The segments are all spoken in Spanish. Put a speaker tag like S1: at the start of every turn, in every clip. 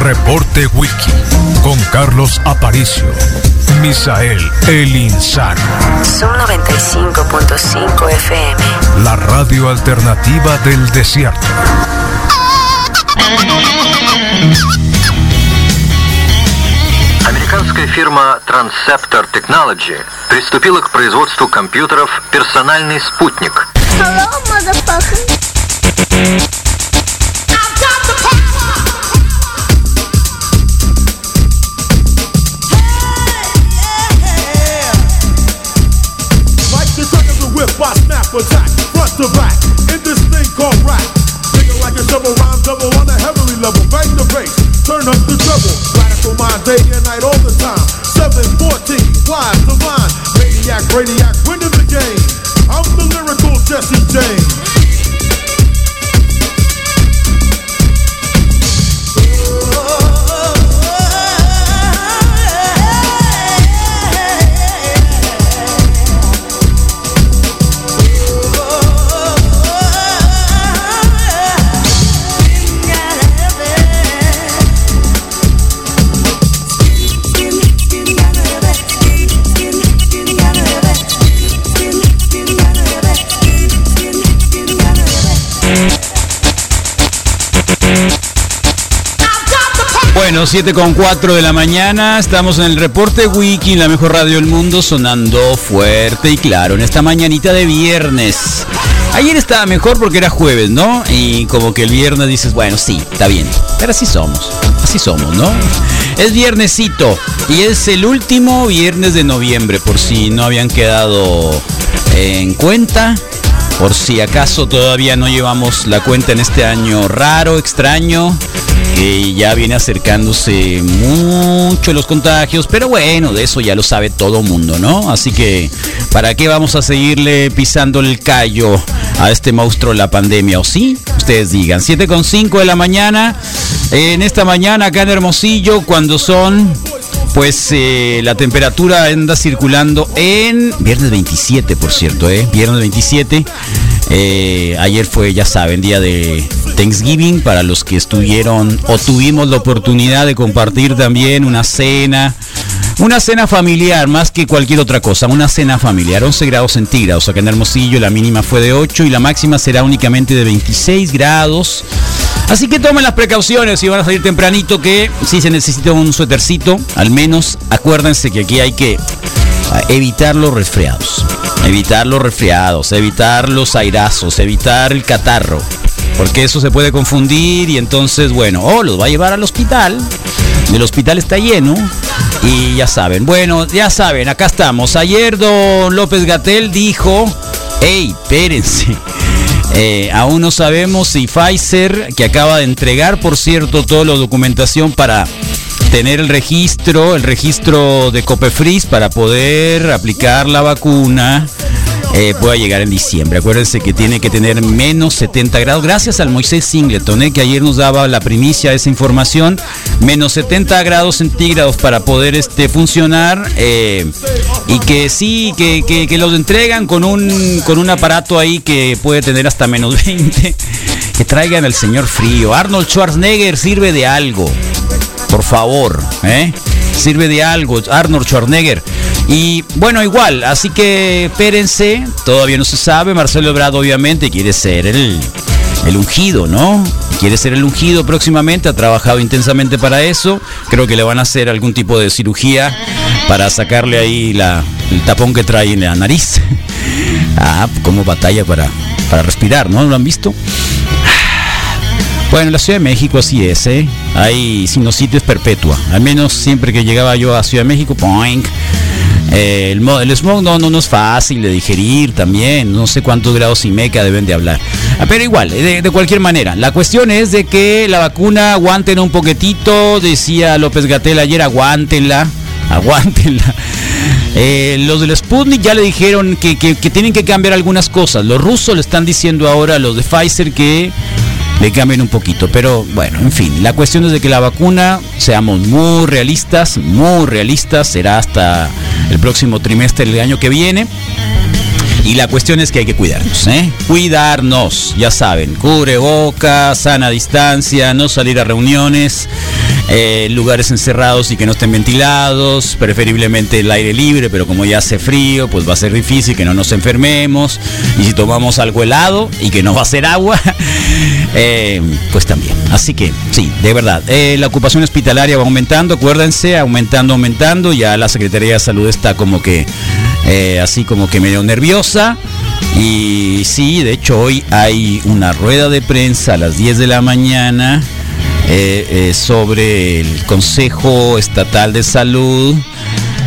S1: Reporte Wiki con Carlos Aparicio. Misael El Insano.
S2: Son 95.5 FM.
S1: La radio alternativa del desierto.
S3: Американская фирма Transceptor Technology приступила к производству компьютеров «Персональный спутник»,
S4: Hello, motherfucker. I've got the power.
S5: Like the crack of the whip, I snap attack, front to back, in this thing called rap. Nigga like a double rhyme, double on a heavily level, bang the bass, turn up the treble. Radical mind, day and night, all the time. 714, live, divine, maniac, radiac, winning the game. I'm the lyrical Jesse James.
S6: Bueno, 7 con 4 de la mañana, estamos en el reporte Wiki, la mejor radio del mundo, sonando fuerte y claro en esta mañanita de viernes. Ayer estaba mejor porque era jueves, ¿no? Y como que el viernes dices, bueno, sí, está bien, pero así somos, así somos, ¿no? Es viernesito y es el último viernes de noviembre, por si no habían quedado en cuenta. Por si acaso todavía no llevamos la cuenta en este año raro, extraño, que ya viene acercándose mucho los contagios, pero bueno, de eso ya lo sabe todo mundo, ¿no? Así que, ¿para qué vamos a seguirle pisando el callo a este monstruo de la pandemia? ¿O sí? Ustedes digan, 7.5 de la mañana, en esta mañana acá en Hermosillo, cuando son pues eh, la temperatura anda circulando en viernes 27, por cierto, ¿eh? Viernes 27. Eh, ayer fue, ya saben, día de Thanksgiving para los que estuvieron o tuvimos la oportunidad de compartir también una cena. Una cena familiar, más que cualquier otra cosa, una cena familiar, 11 grados centígrados. Acá en Hermosillo la mínima fue de 8 y la máxima será únicamente de 26 grados. Así que tomen las precauciones si van a salir tempranito que si se necesita un suétercito, al menos acuérdense que aquí hay que a evitar los resfriados, evitar los resfriados, evitar los airazos, evitar el catarro, porque eso se puede confundir y entonces, bueno, o los va a llevar al hospital, el hospital está lleno y ya saben, bueno, ya saben, acá estamos. Ayer don López Gatel dijo, hey, espérense. Eh, aún no sabemos si Pfizer, que acaba de entregar, por cierto, toda la documentación para tener el registro, el registro de Copefris para poder aplicar la vacuna, eh, pueda llegar en diciembre. Acuérdense que tiene que tener menos 70 grados. Gracias al Moisés Singleton, eh, que ayer nos daba la primicia de esa información. Menos 70 grados centígrados para poder este, funcionar. eh, y que sí, que, que- que los entregan con un, con un aparato ahí que puede tener hasta menos 20. Que traigan al señor frío. Arnold Schwarzenegger sirve de algo. Por favor, ¿eh? Sirve de algo, Arnold Schwarzenegger. Y bueno, igual, así que espérense, todavía no se sabe. Marcelo Ebrard obviamente quiere ser el, el ungido, ¿no? Quiere ser el ungido próximamente, ha trabajado intensamente para eso. Creo que le van a hacer algún tipo de cirugía para sacarle ahí la, el tapón que trae en la nariz. Ah, como batalla para, para respirar, ¿no? ¿Lo han visto? Bueno, la Ciudad de México así es, ¿eh? Hay sinusitis perpetua. Al menos siempre que llegaba yo a Ciudad de México, ¡poink! Eh, el, mo- el smog no, no, no es fácil de digerir también. No sé cuántos grados y meca deben de hablar. Ah, Pero igual, eh, de, de cualquier manera. La cuestión es de que la vacuna aguanten un poquitito. Decía López Gatel ayer, aguántenla. aguántenla. Eh, los del Sputnik ya le dijeron que, que- que tienen que cambiar algunas cosas. Los rusos le están diciendo ahora a los de Pfizer que le cambien un poquito. Pero bueno, en fin, la cuestión es de que la vacuna, seamos muy realistas, muy realistas, será hasta el próximo trimestre del año que viene. Y la cuestión es que hay que cuidarnos, ¿eh? Cuidarnos, ya saben, cubre boca, sana distancia, no salir a reuniones, eh, lugares encerrados y que no estén ventilados, preferiblemente el aire libre, pero como ya hace frío, pues va a ser difícil que no nos enfermemos. Y si tomamos algo helado y que no va a ser agua, eh, pues también. Así que, sí, de verdad, eh, la ocupación hospitalaria va aumentando, acuérdense, aumentando, aumentando. Ya la Secretaría de Salud está como que eh, así como que medio nerviosa. Y sí, de hecho hoy hay una rueda de prensa a las 10 de la mañana eh, eh, sobre el Consejo Estatal de Salud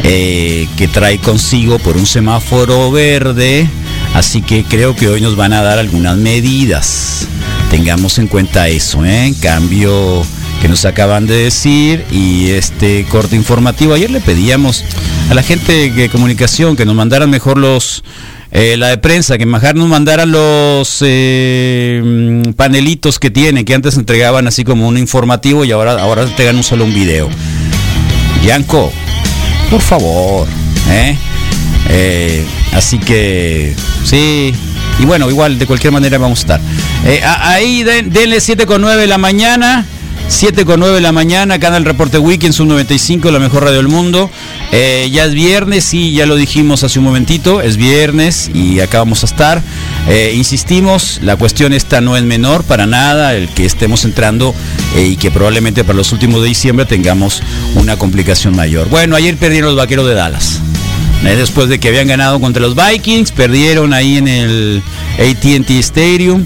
S6: eh, que trae consigo por un semáforo verde. Así que creo que hoy nos van a dar algunas medidas. Tengamos en cuenta eso, ¿eh? En cambio que nos acaban de decir y este corte informativo. Ayer le pedíamos a la gente de comunicación que nos mandaran mejor los eh, la de prensa, que Majar nos mandara los eh, mm, panelitos que tiene, que antes entregaban así como un informativo y ahora, ahora entregan un solo un video. Yanko, por favor. ¿eh? Eh, así que, sí. Y bueno, igual, de cualquier manera vamos a estar. Eh, a- ahí den- denle 7,9 de la mañana. 7,9 de la mañana, acá en el Reporte Wiki en su 95, la mejor radio del mundo. Eh, ya es viernes, y ya lo dijimos hace un momentito, es viernes y acá vamos a estar. Eh, insistimos, la cuestión esta no es menor para nada, el que estemos entrando eh, y que probablemente para los últimos de diciembre tengamos una complicación mayor. Bueno, ayer perdieron los vaqueros de Dallas. Eh, Después de que habían ganado contra los Vikings, perdieron ahí en el ATT Stadium.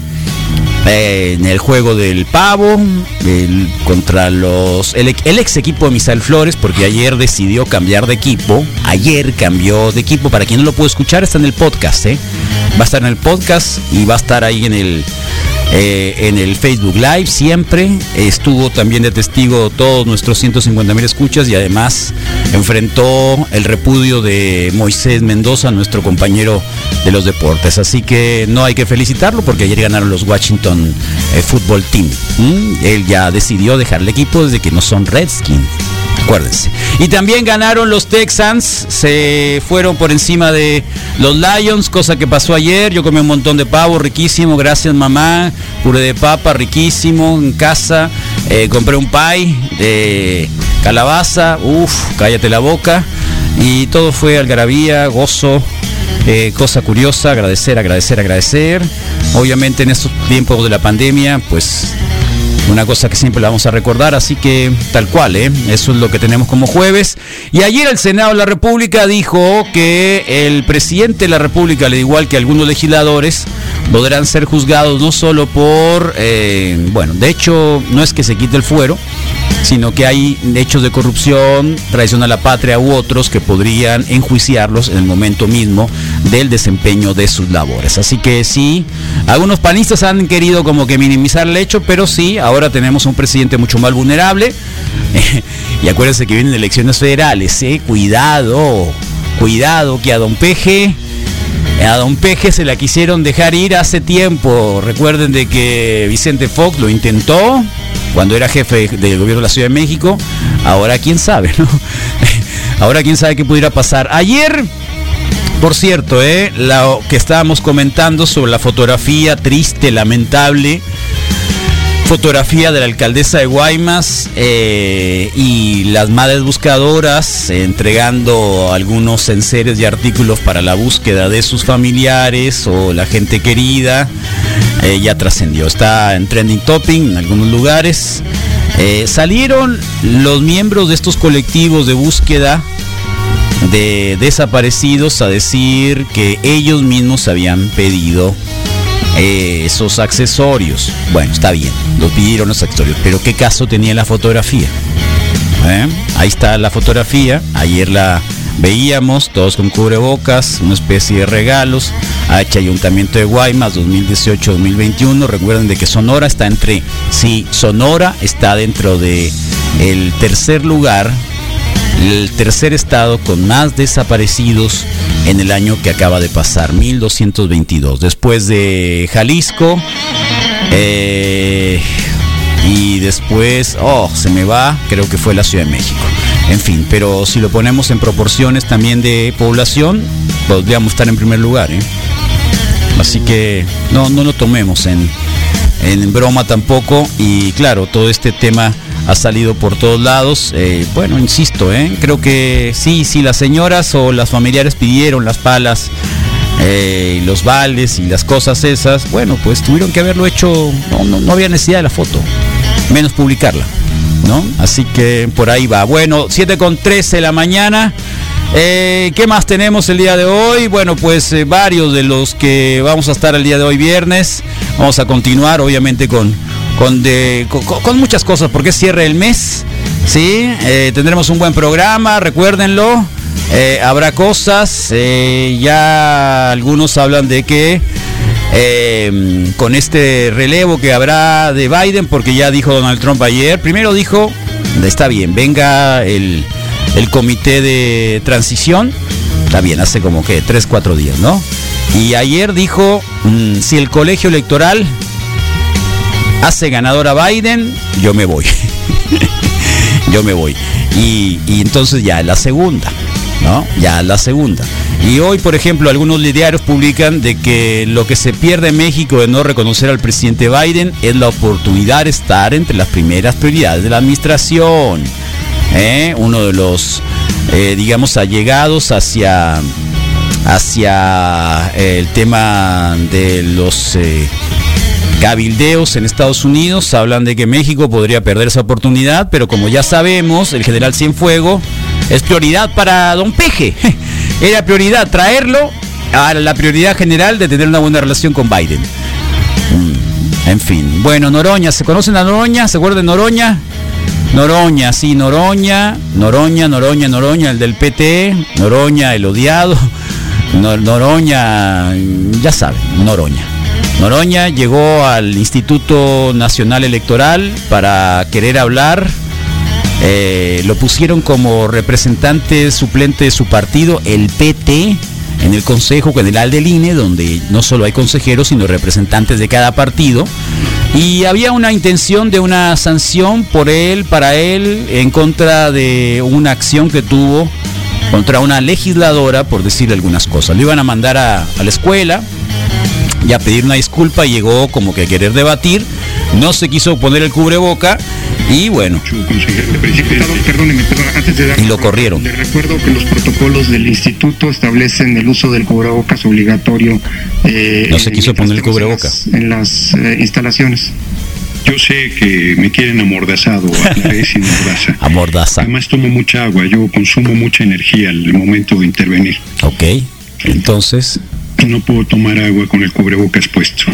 S6: eh, en el juego del pavo el- contra los el, ex- el ex equipo de Misael Flores porque ayer decidió cambiar de equipo ayer cambió de equipo para quien no lo pudo escuchar está en el podcast ¿eh? va a estar en el podcast y va a estar ahí en el eh, en el Facebook Live siempre. Estuvo también de testigo todos nuestros 150 mil escuchas y además enfrentó el repudio de Moisés Mendoza, nuestro compañero de los deportes. Así que no hay que felicitarlo porque ayer ganaron los Washington eh, Football Team. ¿Mm? Él ya decidió dejar el equipo desde que no son Redskins. Acuérdense. Y también ganaron los Texans. Se fueron por encima de los Lions, cosa que pasó ayer. Yo comí un montón de pavo, riquísimo. Gracias, mamá. Puré de papa, riquísimo. En casa. Eh, compré un pie de calabaza. Uf, cállate la boca. Y todo fue algarabía, gozo. Eh, cosa curiosa, agradecer, agradecer, agradecer. Obviamente en estos tiempos de la pandemia, pues una cosa que siempre la vamos a recordar, así que tal cual, ¿eh? eso es lo que tenemos como jueves. Y ayer el Senado de la República dijo que el presidente de la República, al igual que algunos legisladores, podrán ser juzgados no solo por, eh, bueno, de hecho no es que se quite el fuero, sino que hay hechos de corrupción, traición a la patria u otros que podrían enjuiciarlos en el momento mismo del desempeño de sus labores. Así que sí, algunos panistas han querido como que minimizar el hecho, pero sí, ahora tenemos un presidente mucho más vulnerable. y acuérdense que vienen elecciones federales, ¿eh? cuidado, cuidado que a don Peje... A Don Peje se la quisieron dejar ir hace tiempo. Recuerden de que Vicente Fox lo intentó cuando era jefe del gobierno de la Ciudad de México. Ahora quién sabe, ¿no? Ahora quién sabe qué pudiera pasar. Ayer, por cierto, ¿eh? lo que estábamos comentando sobre la fotografía triste, lamentable, fotografía de la alcaldesa de Guaymas eh, y las madres buscadoras eh, entregando algunos enseres y artículos para la búsqueda de sus familiares o la gente querida eh, ya trascendió. Está en trending topping en algunos lugares. Eh, salieron los miembros de estos colectivos de búsqueda de desaparecidos a decir que ellos mismos habían pedido eh, esos accesorios. Bueno, está bien, los pidieron los accesorios, pero ¿qué caso tenía la fotografía? ¿Eh? Ahí está la fotografía, ayer la veíamos, todos con cubrebocas, una especie de regalos, H Ayuntamiento de Guaymas 2018-2021, recuerden de que Sonora está entre, sí, Sonora está dentro de el tercer lugar el tercer estado con más desaparecidos en el año que acaba de pasar, 1222. Después de Jalisco eh, y después, oh, se me va, creo que fue la Ciudad de México. En fin, pero si lo ponemos en proporciones también de población, podríamos estar en primer lugar. ¿eh? Así que no, no lo tomemos en, en broma tampoco. Y claro, todo este tema ha salido por todos lados. Eh, bueno, insisto, ¿eh? creo que sí, si las señoras o las familiares pidieron las palas, eh, y los vales y las cosas esas, bueno, pues tuvieron que haberlo hecho, no, no, no había necesidad de la foto, menos publicarla. ¿No? Así que por ahí va. Bueno, 7 con 13 de la mañana. Eh, ¿Qué más tenemos el día de hoy? Bueno, pues eh, varios de los que vamos a estar el día de hoy viernes. Vamos a continuar, obviamente, con, con, de- con- con- con muchas cosas, porque es cierre el mes. ¿sí? Eh, tendremos un buen programa, recuérdenlo. Eh, habrá cosas. eh, ya algunos hablan de que eh, con este relevo que habrá de Biden, porque ya dijo Donald Trump ayer, primero dijo, está bien, venga el, el comité de transición, está bien, hace como que 3, 4 días, ¿no? Y ayer dijo, mm, si el colegio electoral hace ganador a Biden, yo me voy. yo me voy. Y, y entonces ya es la segunda, ¿no? Ya es la segunda. Y hoy, por ejemplo, algunos diarios publican de que lo que se pierde en México de no reconocer al presidente Biden es la oportunidad de estar entre las primeras prioridades de la administración. ¿eh? Uno de los, eh, digamos, allegados hacia hacia eh, el tema de los eh, cabildeos en Estados Unidos. Hablan de que México podría perder esa oportunidad, pero como ya sabemos, el general Cienfuego es prioridad para Don Peje. Era prioridad traerlo a la prioridad general de tener una buena relación con Biden. Mm, En fin, bueno, Noroña, ¿se conocen a Noroña? ¿Se acuerdan de Noroña? Noroña, sí, Noroña, Noroña, Noroña, Noroña, el del PT, Noroña, el odiado, Nor- Noroña, ya saben, Noroña. Noroña llegó al Instituto Nacional Electoral para querer hablar, eh, lo pusieron como representante suplente de su partido, el PT, en el Consejo General del INE, donde no solo hay consejeros, sino representantes de cada partido. Y había una intención de una sanción por él, para él, en contra de una acción que tuvo contra una legisladora, por decir algunas cosas. Lo iban a mandar a- a la escuela, y a pedir una disculpa y llegó como que a querer debatir, no se quiso poner el cubreboca y bueno,
S7: su consejero de principio. Perdóneme, perdón, antes de dar.
S6: Y lo corrieron.
S7: Le recuerdo que los protocolos del instituto establecen el uso del cubrebocas obligatorio. eh,
S6: No se quiso
S7: mientras
S6: poner
S7: estemos
S6: el
S7: en
S6: cubreboca.
S7: las- En las, eh, instalaciones. Yo sé que me quieren amordazado, sin mordaza.
S6: amordaza.
S7: Además tomo mucha agua, yo consumo mucha energía al momento de intervenir.
S6: Ok, entonces,
S7: no puedo tomar agua con el cubrebocas puesto.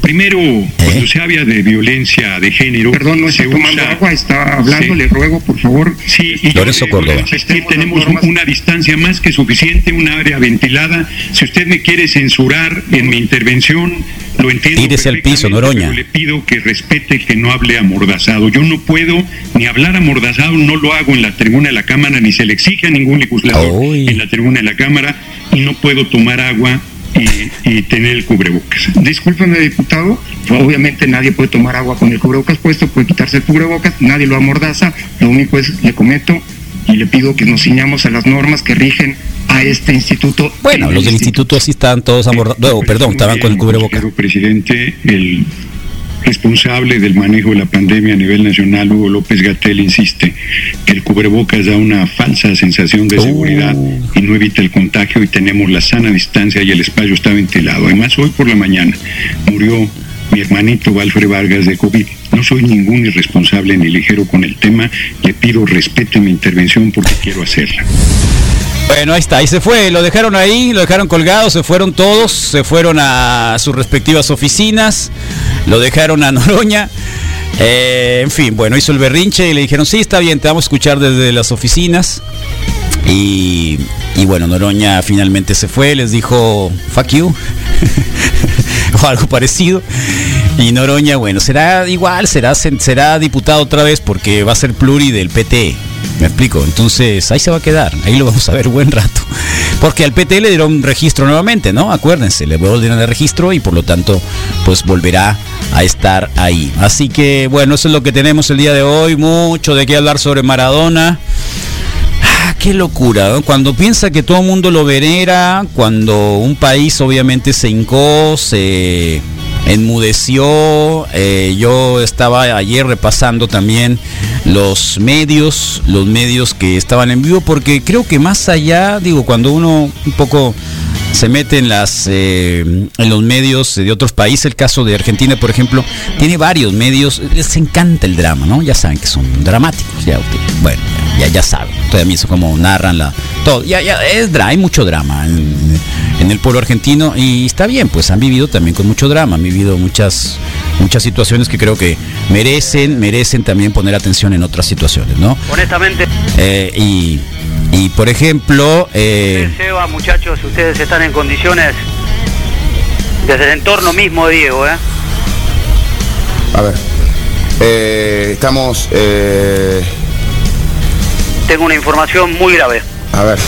S7: Primero, cuando se habla de violencia de género. Perdón, no está tomando agua, está hablando, le ruego, por favor. Sí, y
S6: Lorenzo
S7: yo-
S6: Córdoba.
S7: es que tenemos un- una distancia más que suficiente, un área ventilada. Si usted me quiere censurar en mi intervención, lo entiendo.
S6: Tírese al piso,
S7: perfectamente,
S6: Noroña.
S7: pero Le pido que respete que no hable amordazado. Yo no puedo ni hablar amordazado, no lo hago en la tribuna de la Cámara, ni se le exige a ningún legislador
S6: Uy.
S7: en la tribuna de la Cámara y no puedo tomar agua eh, y, y tener el cubrebocas. Discúlpeme, diputado, obviamente nadie puede tomar agua con el cubrebocas puesto, puede quitarse el cubrebocas, nadie lo amordaza, lo único es, le comento y le pido que nos ciñamos a las normas que rigen a este instituto.
S6: bueno, los del instituto sí estaban todos amordazados, perdón, estaban con el cubreboca.
S7: Pero, presidente, el responsable del manejo de la pandemia a nivel nacional, Hugo López Gatel, insiste que el cubrebocas da una falsa sensación
S6: Oh.
S7: de seguridad y no evita el contagio y tenemos la sana distancia y el espacio está ventilado. Además, hoy por la mañana murió mi hermanito Valfre Vargas de COVID. No soy ningún irresponsable ni ligero con el tema. Le pido respeto en mi intervención porque quiero hacerla.
S6: Bueno, ahí está, ahí se fue, lo dejaron ahí, lo dejaron colgado, se fueron todos, se fueron a sus respectivas oficinas, lo dejaron a Noroña. eh, en fin, bueno, hizo el berrinche y le dijeron, sí, está bien, te vamos a escuchar desde las oficinas. Y, y bueno, Noroña finalmente se fue, les dijo, fuck you, o algo parecido. Y Noroña, bueno, será igual, será, será diputado otra vez porque va a ser pluri del PT. Me explico. Entonces, ahí se va a quedar. Ahí lo vamos a ver buen rato. Porque al PT le dieron registro nuevamente, ¿no? Acuérdense, le volvieron el registro y por lo tanto, pues volverá a estar ahí. Así que, bueno, eso es lo que tenemos el día de hoy. Mucho de qué hablar sobre Maradona. Ah, Qué locura, ¿no? cuando piensa que todo el mundo lo venera, cuando un país obviamente se hincó, se enmudeció, eh, yo estaba ayer repasando también los medios, los medios que estaban en vivo, porque creo que más allá, digo, cuando uno un poco se mete en las eh, en los medios de otros países. El caso de Argentina, por ejemplo, tiene varios medios. Les encanta el drama, ¿no? Ya saben que son dramáticos. Ya, usted- bueno, ya, ya saben. Todavía mismo como narran la todo. Ya, ya es dra- hay mucho drama en, en el pueblo argentino y está bien, pues han vivido también con mucho drama, han vivido muchas muchas situaciones que creo que merecen merecen también poner atención en otras situaciones, ¿no?
S8: Honestamente,
S6: Eh, y, y, por ejemplo eh,
S8: ustedes, Seba, muchachos, ustedes están en condiciones desde el entorno mismo, de Diego, ¿eh?
S9: A ver. Eh, estamos. eh,
S8: Tengo una información muy grave.
S9: a ver.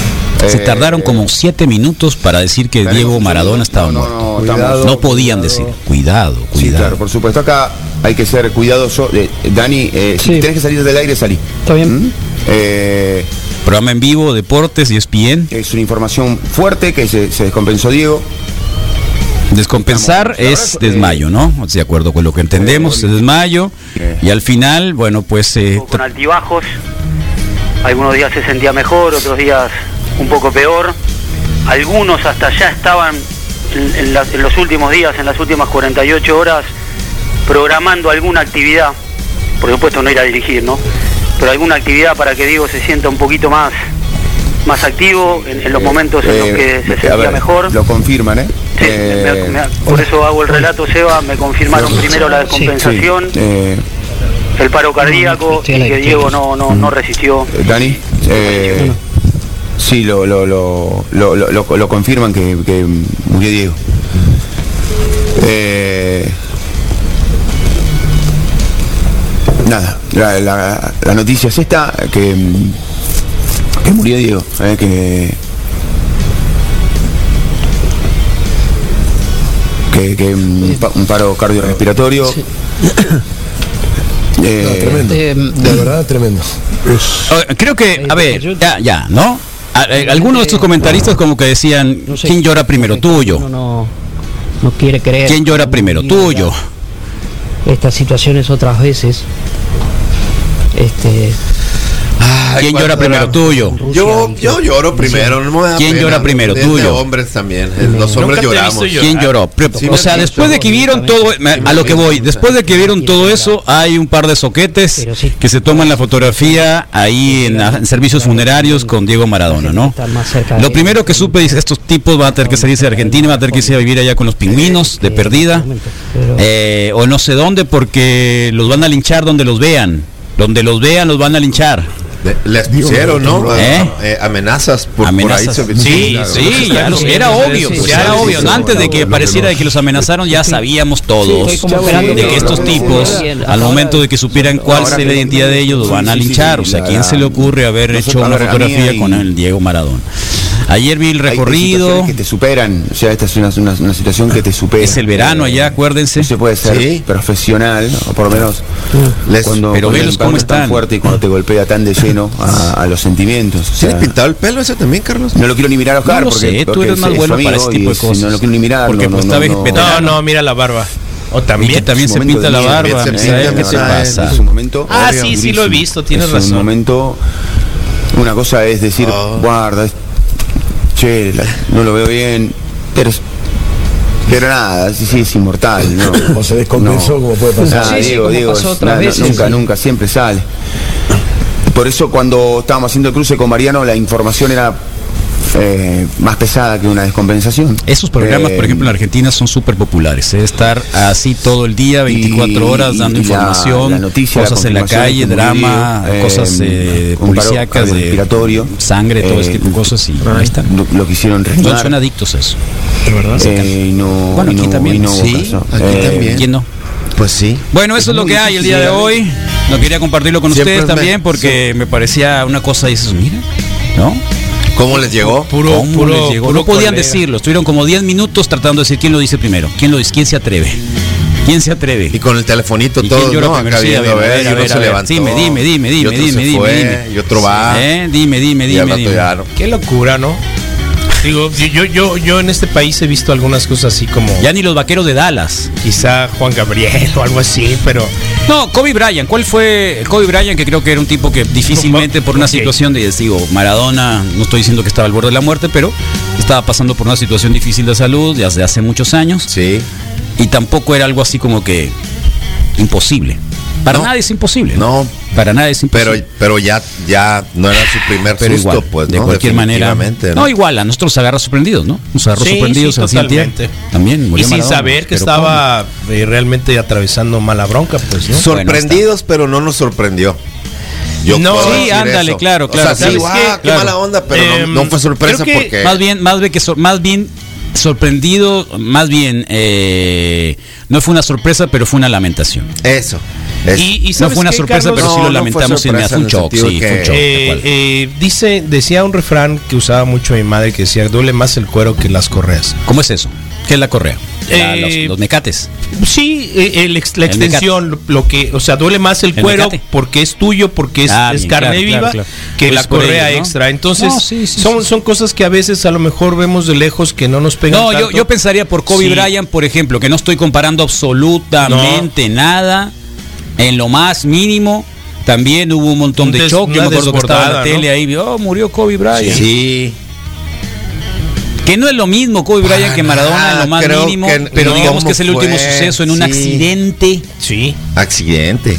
S6: Se
S9: eh,
S6: tardaron
S9: eh,
S6: como siete minutos para decir que
S9: tenemos
S6: Diego
S9: un segundo.
S6: Maradona
S9: No,
S6: estaba
S9: no,
S6: muerto.
S9: no,
S6: No,
S9: estamos-
S6: podían
S9: cuidado.
S6: decir, cuidado,
S9: Sí,
S6: cuidado.
S9: claro, por supuesto. Acá hay que ser cuidadoso. Eh, Dani, eh, si
S10: Sí.
S9: tenés que salir del aire, salí.
S10: Está bien.
S9: ¿Mm? Eh,
S6: Programa en vivo, deportes E y ESPN.
S9: es una información fuerte que se, se descompensó Diego.
S6: Descompensar
S9: Estamos- la
S6: es
S9: verdad, eh,
S6: desmayo, ¿no? De acuerdo con lo que entendemos, es desmayo.
S9: Eh.
S6: Y al final, bueno, pues eh,
S8: Con altibajos. Algunos días se sentía mejor, otros días un poco peor. Algunos hasta ya estaban en, en las- en los últimos días, en las últimas 48 horas, programando alguna actividad. Por supuesto no ir a dirigir, ¿no? Pero alguna actividad para que Diego se sienta un poquito más, más activo en, en los momentos en los
S9: Eh,
S8: que se
S9: a
S8: sentía
S9: ver,
S8: mejor.
S9: Lo confirman, ¿eh?
S8: Sí, me-
S9: Eh,
S8: me- me- por eso hago el relato, Seba. Me confirmaron primero la descompensación,
S9: eh,
S8: el paro cardíaco y que Diego no, no, no resistió.
S9: Dani, eh, sí, lo, lo, lo, lo, lo- lo- lo confirman que, que murió Diego. Eh, nada, la, la- la noticia es esta, que, mm, que murió Diego, eh, que, que, que un, pa- un paro cardiorrespiratorio. Eh,
S10: Eh,
S6: Eh, Creo que, a ver, ya, ya, ¿no? A- eh, Algunos de estos comentaristas como que decían,
S10: no sé.
S6: ¿quién llora primero?
S10: Uno
S6: Tuyo.
S10: No, no quiere creer.
S6: ¿Quién llora
S10: No
S6: primero?
S10: vive
S6: Tuyo.
S10: la- Estas situaciones otras veces. Este.
S6: ¿Quién llora primero? Tuyo.
S10: Rusia,
S11: Yo,
S10: Rusia,
S11: yo lloro
S10: Rusia.
S11: primero. No me da
S6: ¿Quién
S11: pena,
S6: llora primero?
S11: es de
S6: Tuyo.
S11: hombres también. eh,
S10: Primero.
S11: Los hombres
S1: Nunca te he
S11: lloramos.
S1: visto
S6: ¿Quién lloró? Pre-
S11: Sí,
S6: o
S11: me
S6: sea,
S11: han
S6: después
S10: dicho,
S6: de que vieron
S10: honestamente.
S6: todo, me-
S11: Sí, me
S6: a lo
S11: han
S6: que
S11: dicho,
S6: voy,
S11: sí.
S6: después de que vieron
S10: Sí,
S6: todo
S10: sí,
S6: eso, hay un par de soquetes
S10: Pero sí.
S6: que se toman la fotografía ahí en, la- en servicios funerarios con Diego Maradona, ¿no?
S10: Estar más cerca
S6: Lo
S10: de-
S6: primero que supe es estos tipos van a tener que salirse de Argentina, van a tener que irse a vivir allá con los pingüinos de perdida, eh, o no sé dónde, porque los van a linchar donde los vean, donde los vean los van a linchar.
S11: De- Les pusieron, ¿no? A-
S6: ¿Eh?
S11: eh, amenazas por,
S6: Amenazas.
S11: por ahí. se-
S6: Sí,
S11: claro.
S6: sí, ya lo-
S10: Sí,
S6: era
S10: sí,
S6: obvio,
S10: sí,
S6: pues,
S10: sí,
S6: ya era
S10: sí,
S6: obvio.
S10: sí,
S6: ¿no?
S10: sí,
S6: Antes
S10: sí,
S6: de que
S10: sí,
S6: pareciera que los amenazaron, ya sabíamos todos
S10: estoy como esperando
S6: de que
S10: que-
S6: estos tipos,
S10: Sí,
S6: al momento de que supieran cuál
S9: Ahora
S6: sería la
S9: que-
S6: identidad de ellos, los
S9: Sí,
S6: van a
S9: sí, sí,
S6: linchar.
S9: sí,
S6: O sea,
S9: la-
S6: ¿quién se le ocurre haber
S9: Nosotros-
S6: hecho
S9: a
S6: una
S9: ver, a mí
S6: fotografía
S9: hay-
S6: con el Diego Maradona? Ayer vi el
S9: Hay
S6: recorrido.
S9: situaciones que te superan, o sea, esta es una, una- una situación que te supera.
S6: Es el verano
S9: Eh,
S6: allá, acuérdense.
S9: No se puede ser
S11: Sí.
S9: profesional, o por lo menos
S11: Les-
S9: cuando,
S6: pero
S9: cuando el
S6: velos
S9: impacto
S6: cómo
S9: es tan
S6: están.
S9: fuerte y cuando te golpea tan de lleno a, a los sentimientos. o sea,
S11: ¿Tienes pintado el pelo ese también, Carlos?
S9: no lo quiero ni mirar a Oscar
S6: No lo
S9: porque,
S6: sé, tú
S9: porque
S6: eres más
S9: es- es
S6: bueno
S9: amigo
S6: para ese tipo
S9: y
S6: de
S9: es-
S6: cosas.
S9: No lo quiero ni mirar.
S6: Porque,
S9: no,
S6: pues,
S9: no,
S6: está
S9: no,
S6: vegetal.
S1: No, no, mira la barba. O
S6: Y que
S1: también.
S6: también
S9: Es
S6: se
S9: un momento
S6: pinta la
S9: de mierda,
S6: barba.
S11: se
S6: Misael,
S11: pinta
S6: ¿Qué
S11: la
S6: te
S11: barba,
S6: pasa?
S9: Es un momento.
S1: Ah, sí, sí, lo he
S9: durísimo.
S1: visto, tienes
S9: es
S1: razón. Ah.
S9: Un momento. Una cosa es decir,
S11: Oh.
S9: guarda, es- che, la- no lo veo bien, pero es- pero nada, sí, sí, es inmortal, ¿no? O se descompensó como puede pasar.
S10: Sí, sí, como pasó otras veces,
S9: nunca,
S10: sí.
S9: nunca, siempre sale. Por eso cuando estábamos haciendo el cruce con Mariano, la información era eh, más pesada que una descompensación.
S6: Esos programas, por
S9: Eh,
S6: ejemplo, en Argentina son súper populares. ¿eh? Estar así todo el día, 24
S9: y-
S6: horas, dando
S9: y la-
S6: información,
S9: la noticia,
S6: cosas
S9: la
S6: en la calle,
S9: confirmación,
S6: drama,
S9: como digo, eh,
S6: cosas eh,
S9: un paro
S6: policíacas, de
S9: cardiorrespiratorio,
S6: sangre, todo
S9: eh,
S6: ese tipo de cosas. Y ahí están.
S9: Lo, lo quisieron
S6: Son, son
S9: rescatar.
S6: adictos a eso.
S9: Eh, y no,
S6: Bueno,
S9: y
S6: aquí
S9: no-
S6: también.
S9: y no
S6: Sí,
S9: hubo caso.
S11: aquí
S9: Eh,
S11: también.
S6: ¿Quién no?
S11: Pues sí.
S6: Bueno, eso es lo que hay el día de hoy. No quería compartirlo con
S11: Siempre
S6: ustedes
S11: me-
S6: también porque me parecía una cosa y dices, mira, ¿no?
S11: ¿Cómo les llegó?
S6: Puro,
S11: puro-
S6: no
S11: puro
S6: podían
S11: colega.
S6: decirlo. Estuvieron como 10 minutos tratando de decir quién lo dice primero. ¿Quién lo dice? ¿Quién se atreve? ¿Quién se atreve? Y
S11: con el telefonito todo, ¿no? Acá viendo, a ver, y uno se levantó.
S6: Dime, dime, dime,
S11: Y
S6: dime,
S11: otro se
S6: dime, dime,
S11: fue,
S6: dime.
S11: y otro va.
S6: Sí, ¿eh? Dime, dime,
S11: Y
S6: dime.
S11: al rato
S6: dime.
S11: ya, ¿no?
S1: Qué locura, ¿no? Digo, yo, yo, yo, yo en este país he visto algunas cosas así como.
S6: Ya ni los vaqueros de Dallas.
S1: Quizá Juan Gabriel o algo así, pero.
S6: No, Kobe Bryant. ¿Cuál fue Kobe Bryant? Que creo que era un tipo que difícilmente por una situación de, digo, Maradona, no estoy diciendo que estaba al borde de la muerte, pero estaba pasando por una situación difícil de salud desde hace muchos años.
S11: Sí.
S6: Y tampoco era algo así como que imposible. Para nada es imposible. No. Para nada es imposible.
S11: Pero, pero ya, ya no era su primer
S6: Pero
S11: susto,
S6: igual,
S11: pues,
S6: de
S11: ¿no?
S6: cualquier manera.
S11: Definitivamente,
S6: ¿no? igual, a nosotros nos agarra sorprendidos, ¿no? Nos agarró
S1: Sí,
S6: sorprendidos
S1: sí,
S6: así el día.
S1: totalmente.
S6: También
S1: Y
S6: murió
S1: sin
S6: Maradona,
S1: saber que
S6: pero
S1: estaba eh, realmente atravesando mala bronca, pues, ¿no?
S11: Sorprendidos, pero no nos sorprendió. Yo
S1: No,
S11: puedo
S1: sí,
S11: decir
S1: ándale,
S11: eso.
S6: claro,
S11: O
S6: claro.
S11: sea, sí,
S6: ¿Sabes
S11: guau,
S6: ah, qué?
S11: qué
S6: Claro.
S11: mala onda, pero no-
S6: Em,
S11: no, fue sorpresa
S6: creo que-
S11: porque.
S6: Más bien, más bien que sor- más bien sorprendido, más bien eh, no fue una sorpresa, pero fue una lamentación.
S11: Eso.
S1: Y, y
S6: no
S1: ¿sabes
S6: fue una
S1: qué,
S6: sorpresa,
S1: Carlos?
S6: pero sí lo lamentamos y me- fue un shock, sí, fue un shock,
S1: Eh,
S6: tal cual.
S1: eh, dice, decía un refrán que usaba mucho mi madre que decía, duele más el cuero que las correas.
S6: ¿Cómo es eso? ¿Qué es la correa? La-
S1: Eh,
S6: los, los mecates.
S1: Sí, eh, el ex- la
S6: El
S1: extensión, lo- lo que, o sea, duele más el
S6: El
S1: cuero
S6: mecate.
S1: porque es tuyo, porque es,
S6: Ah,
S1: es
S6: bien,
S1: carne
S6: claro,
S1: viva,
S6: claro, claro.
S1: que
S6: Pues
S1: la
S6: por
S1: correa
S6: ello, ¿no?
S1: extra. Entonces,
S6: No, sí, sí,
S1: son, son cosas que a veces a lo mejor vemos de lejos que no nos pegan.
S6: No, yo,
S1: tanto.
S6: yo pensaría por Kobe
S1: Sí.
S6: Bryant, por ejemplo, que no estoy comparando absolutamente nada, en lo más mínimo. También hubo un montón
S1: Un
S6: de
S1: des-
S6: shock. Yo
S1: una
S6: me acuerdo que estaba en la
S1: desbordada,
S6: tele
S1: ¿no?
S6: ahí, oh, murió Kobe Bryant.
S11: Sí.
S6: Que no es lo mismo Kobe Bryant que Maradona en lo más
S11: creo
S6: mínimo,
S11: que-
S6: pero
S11: no,
S6: digamos
S11: ¿cómo
S6: que es el último
S11: fue?
S6: suceso en un
S11: Sí.
S6: accidente.
S1: Sí.
S11: Accidente.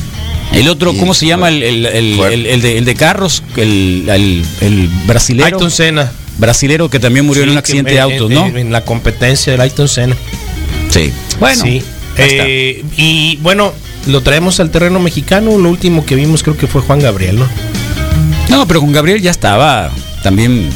S6: El otro, ¿cómo se llama? El, el- el- el- el de, el de carros, el, el, el brasilero.
S1: Ayrton Senna.
S6: Brasilero que también murió
S1: Ah, Sí,
S6: en un
S1: que eh,
S6: accidente
S1: en-
S6: de autos,
S1: en-
S6: ¿no?
S1: En la competencia del Ayrton Senna.
S6: Sí. Bueno.
S1: Sí.
S6: ya está.
S1: Eh, y bueno, lo traemos al terreno mexicano. Lo último que vimos creo que fue Juan Gabriel, ¿no?
S6: No, pero con Gabriel ya estaba también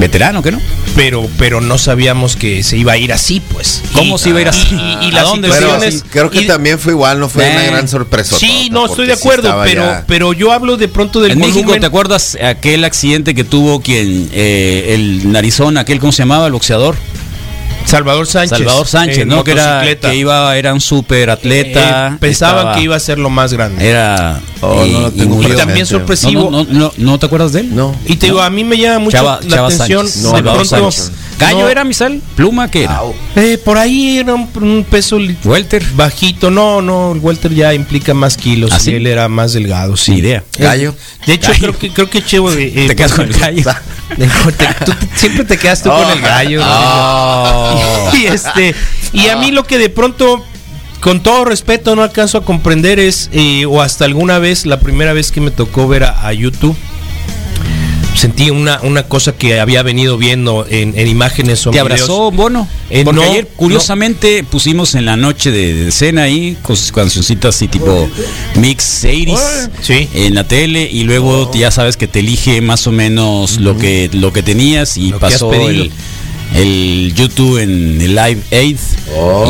S6: veterano, ¿qué no?
S1: Pero, pero no sabíamos que se iba a ir así, pues.
S6: ¿Cómo
S1: Y-
S6: se iba a ir así?
S1: Y, y
S6: ¿A
S1: las
S6: dónde se iba?
S1: situaciones.
S11: Creo que
S1: y-
S11: también fue igual, no fue una
S6: Eh.
S11: gran sorpresa.
S1: Sí, no, estoy
S11: porque
S1: de
S11: sí
S1: acuerdo,
S11: estaba
S1: pero,
S11: ya-
S1: pero yo hablo de pronto del
S6: En México,
S1: volumen.
S6: ¿te acuerdas aquel accidente que tuvo quien, eh, el narizón, aquel, ¿cómo se llamaba? El boxeador.
S1: Salvador Sánchez.
S6: Salvador Sánchez,
S1: en
S6: ¿no? Que era,
S1: motocicleta.
S6: que iba, era un super atleta.
S1: Eh, pensaban que iba a ser lo más grande.
S6: Era.
S11: Oh, no lo tengo
S1: Y
S11: presente.
S1: también sorpresivo.
S6: No, no, no, no, ¿te acuerdas de él?
S11: No.
S1: Y te digo, a mí me llama mucho
S6: Eh, Chava,
S1: la
S6: Chava
S1: atención.
S6: Sánchez.
S1: de
S6: Salvador
S1: pronto,
S6: Sánchez. ¿Gallo
S1: no,
S6: era Misal? ¿Pluma qué
S11: Ah.
S6: era?
S1: eh, por ahí era un, un peso li-
S6: ¿Welter?
S1: bajito. No, no, el Walter ya implica más kilos.
S6: ¿Ah, sí?
S1: y Él era más delgado, sí.
S6: Ni idea.
S1: Eh,
S11: Gallo.
S1: De hecho,
S6: Gallo.
S1: creo que creo que Chevo. eh, eh,
S6: Te quedas con el gallo.
S1: Te- tú te- siempre te quedas tú con el gallo. Ah.
S6: Oh.
S1: Y este y a mí lo que de pronto con todo respeto no alcanzo a comprender es eh, o hasta alguna vez la primera vez que me tocó ver a, a YouTube sentí una una cosa que había venido viendo en, en imágenes o
S6: ¿Te
S1: videos.
S6: abrazó Bono?
S1: Eh,
S6: Porque
S1: no,
S6: ayer, curiosamente, pusimos en la noche de, de cena ahí con sus cancioncitas así tipo Mix 80s
S1: Sí. Oh.
S6: en la tele y luego ya sabes que te elige más o menos lo que lo que tenías y
S1: Lo que has
S6: pasó
S1: pedido.
S6: el, el YouTube en el Live Aid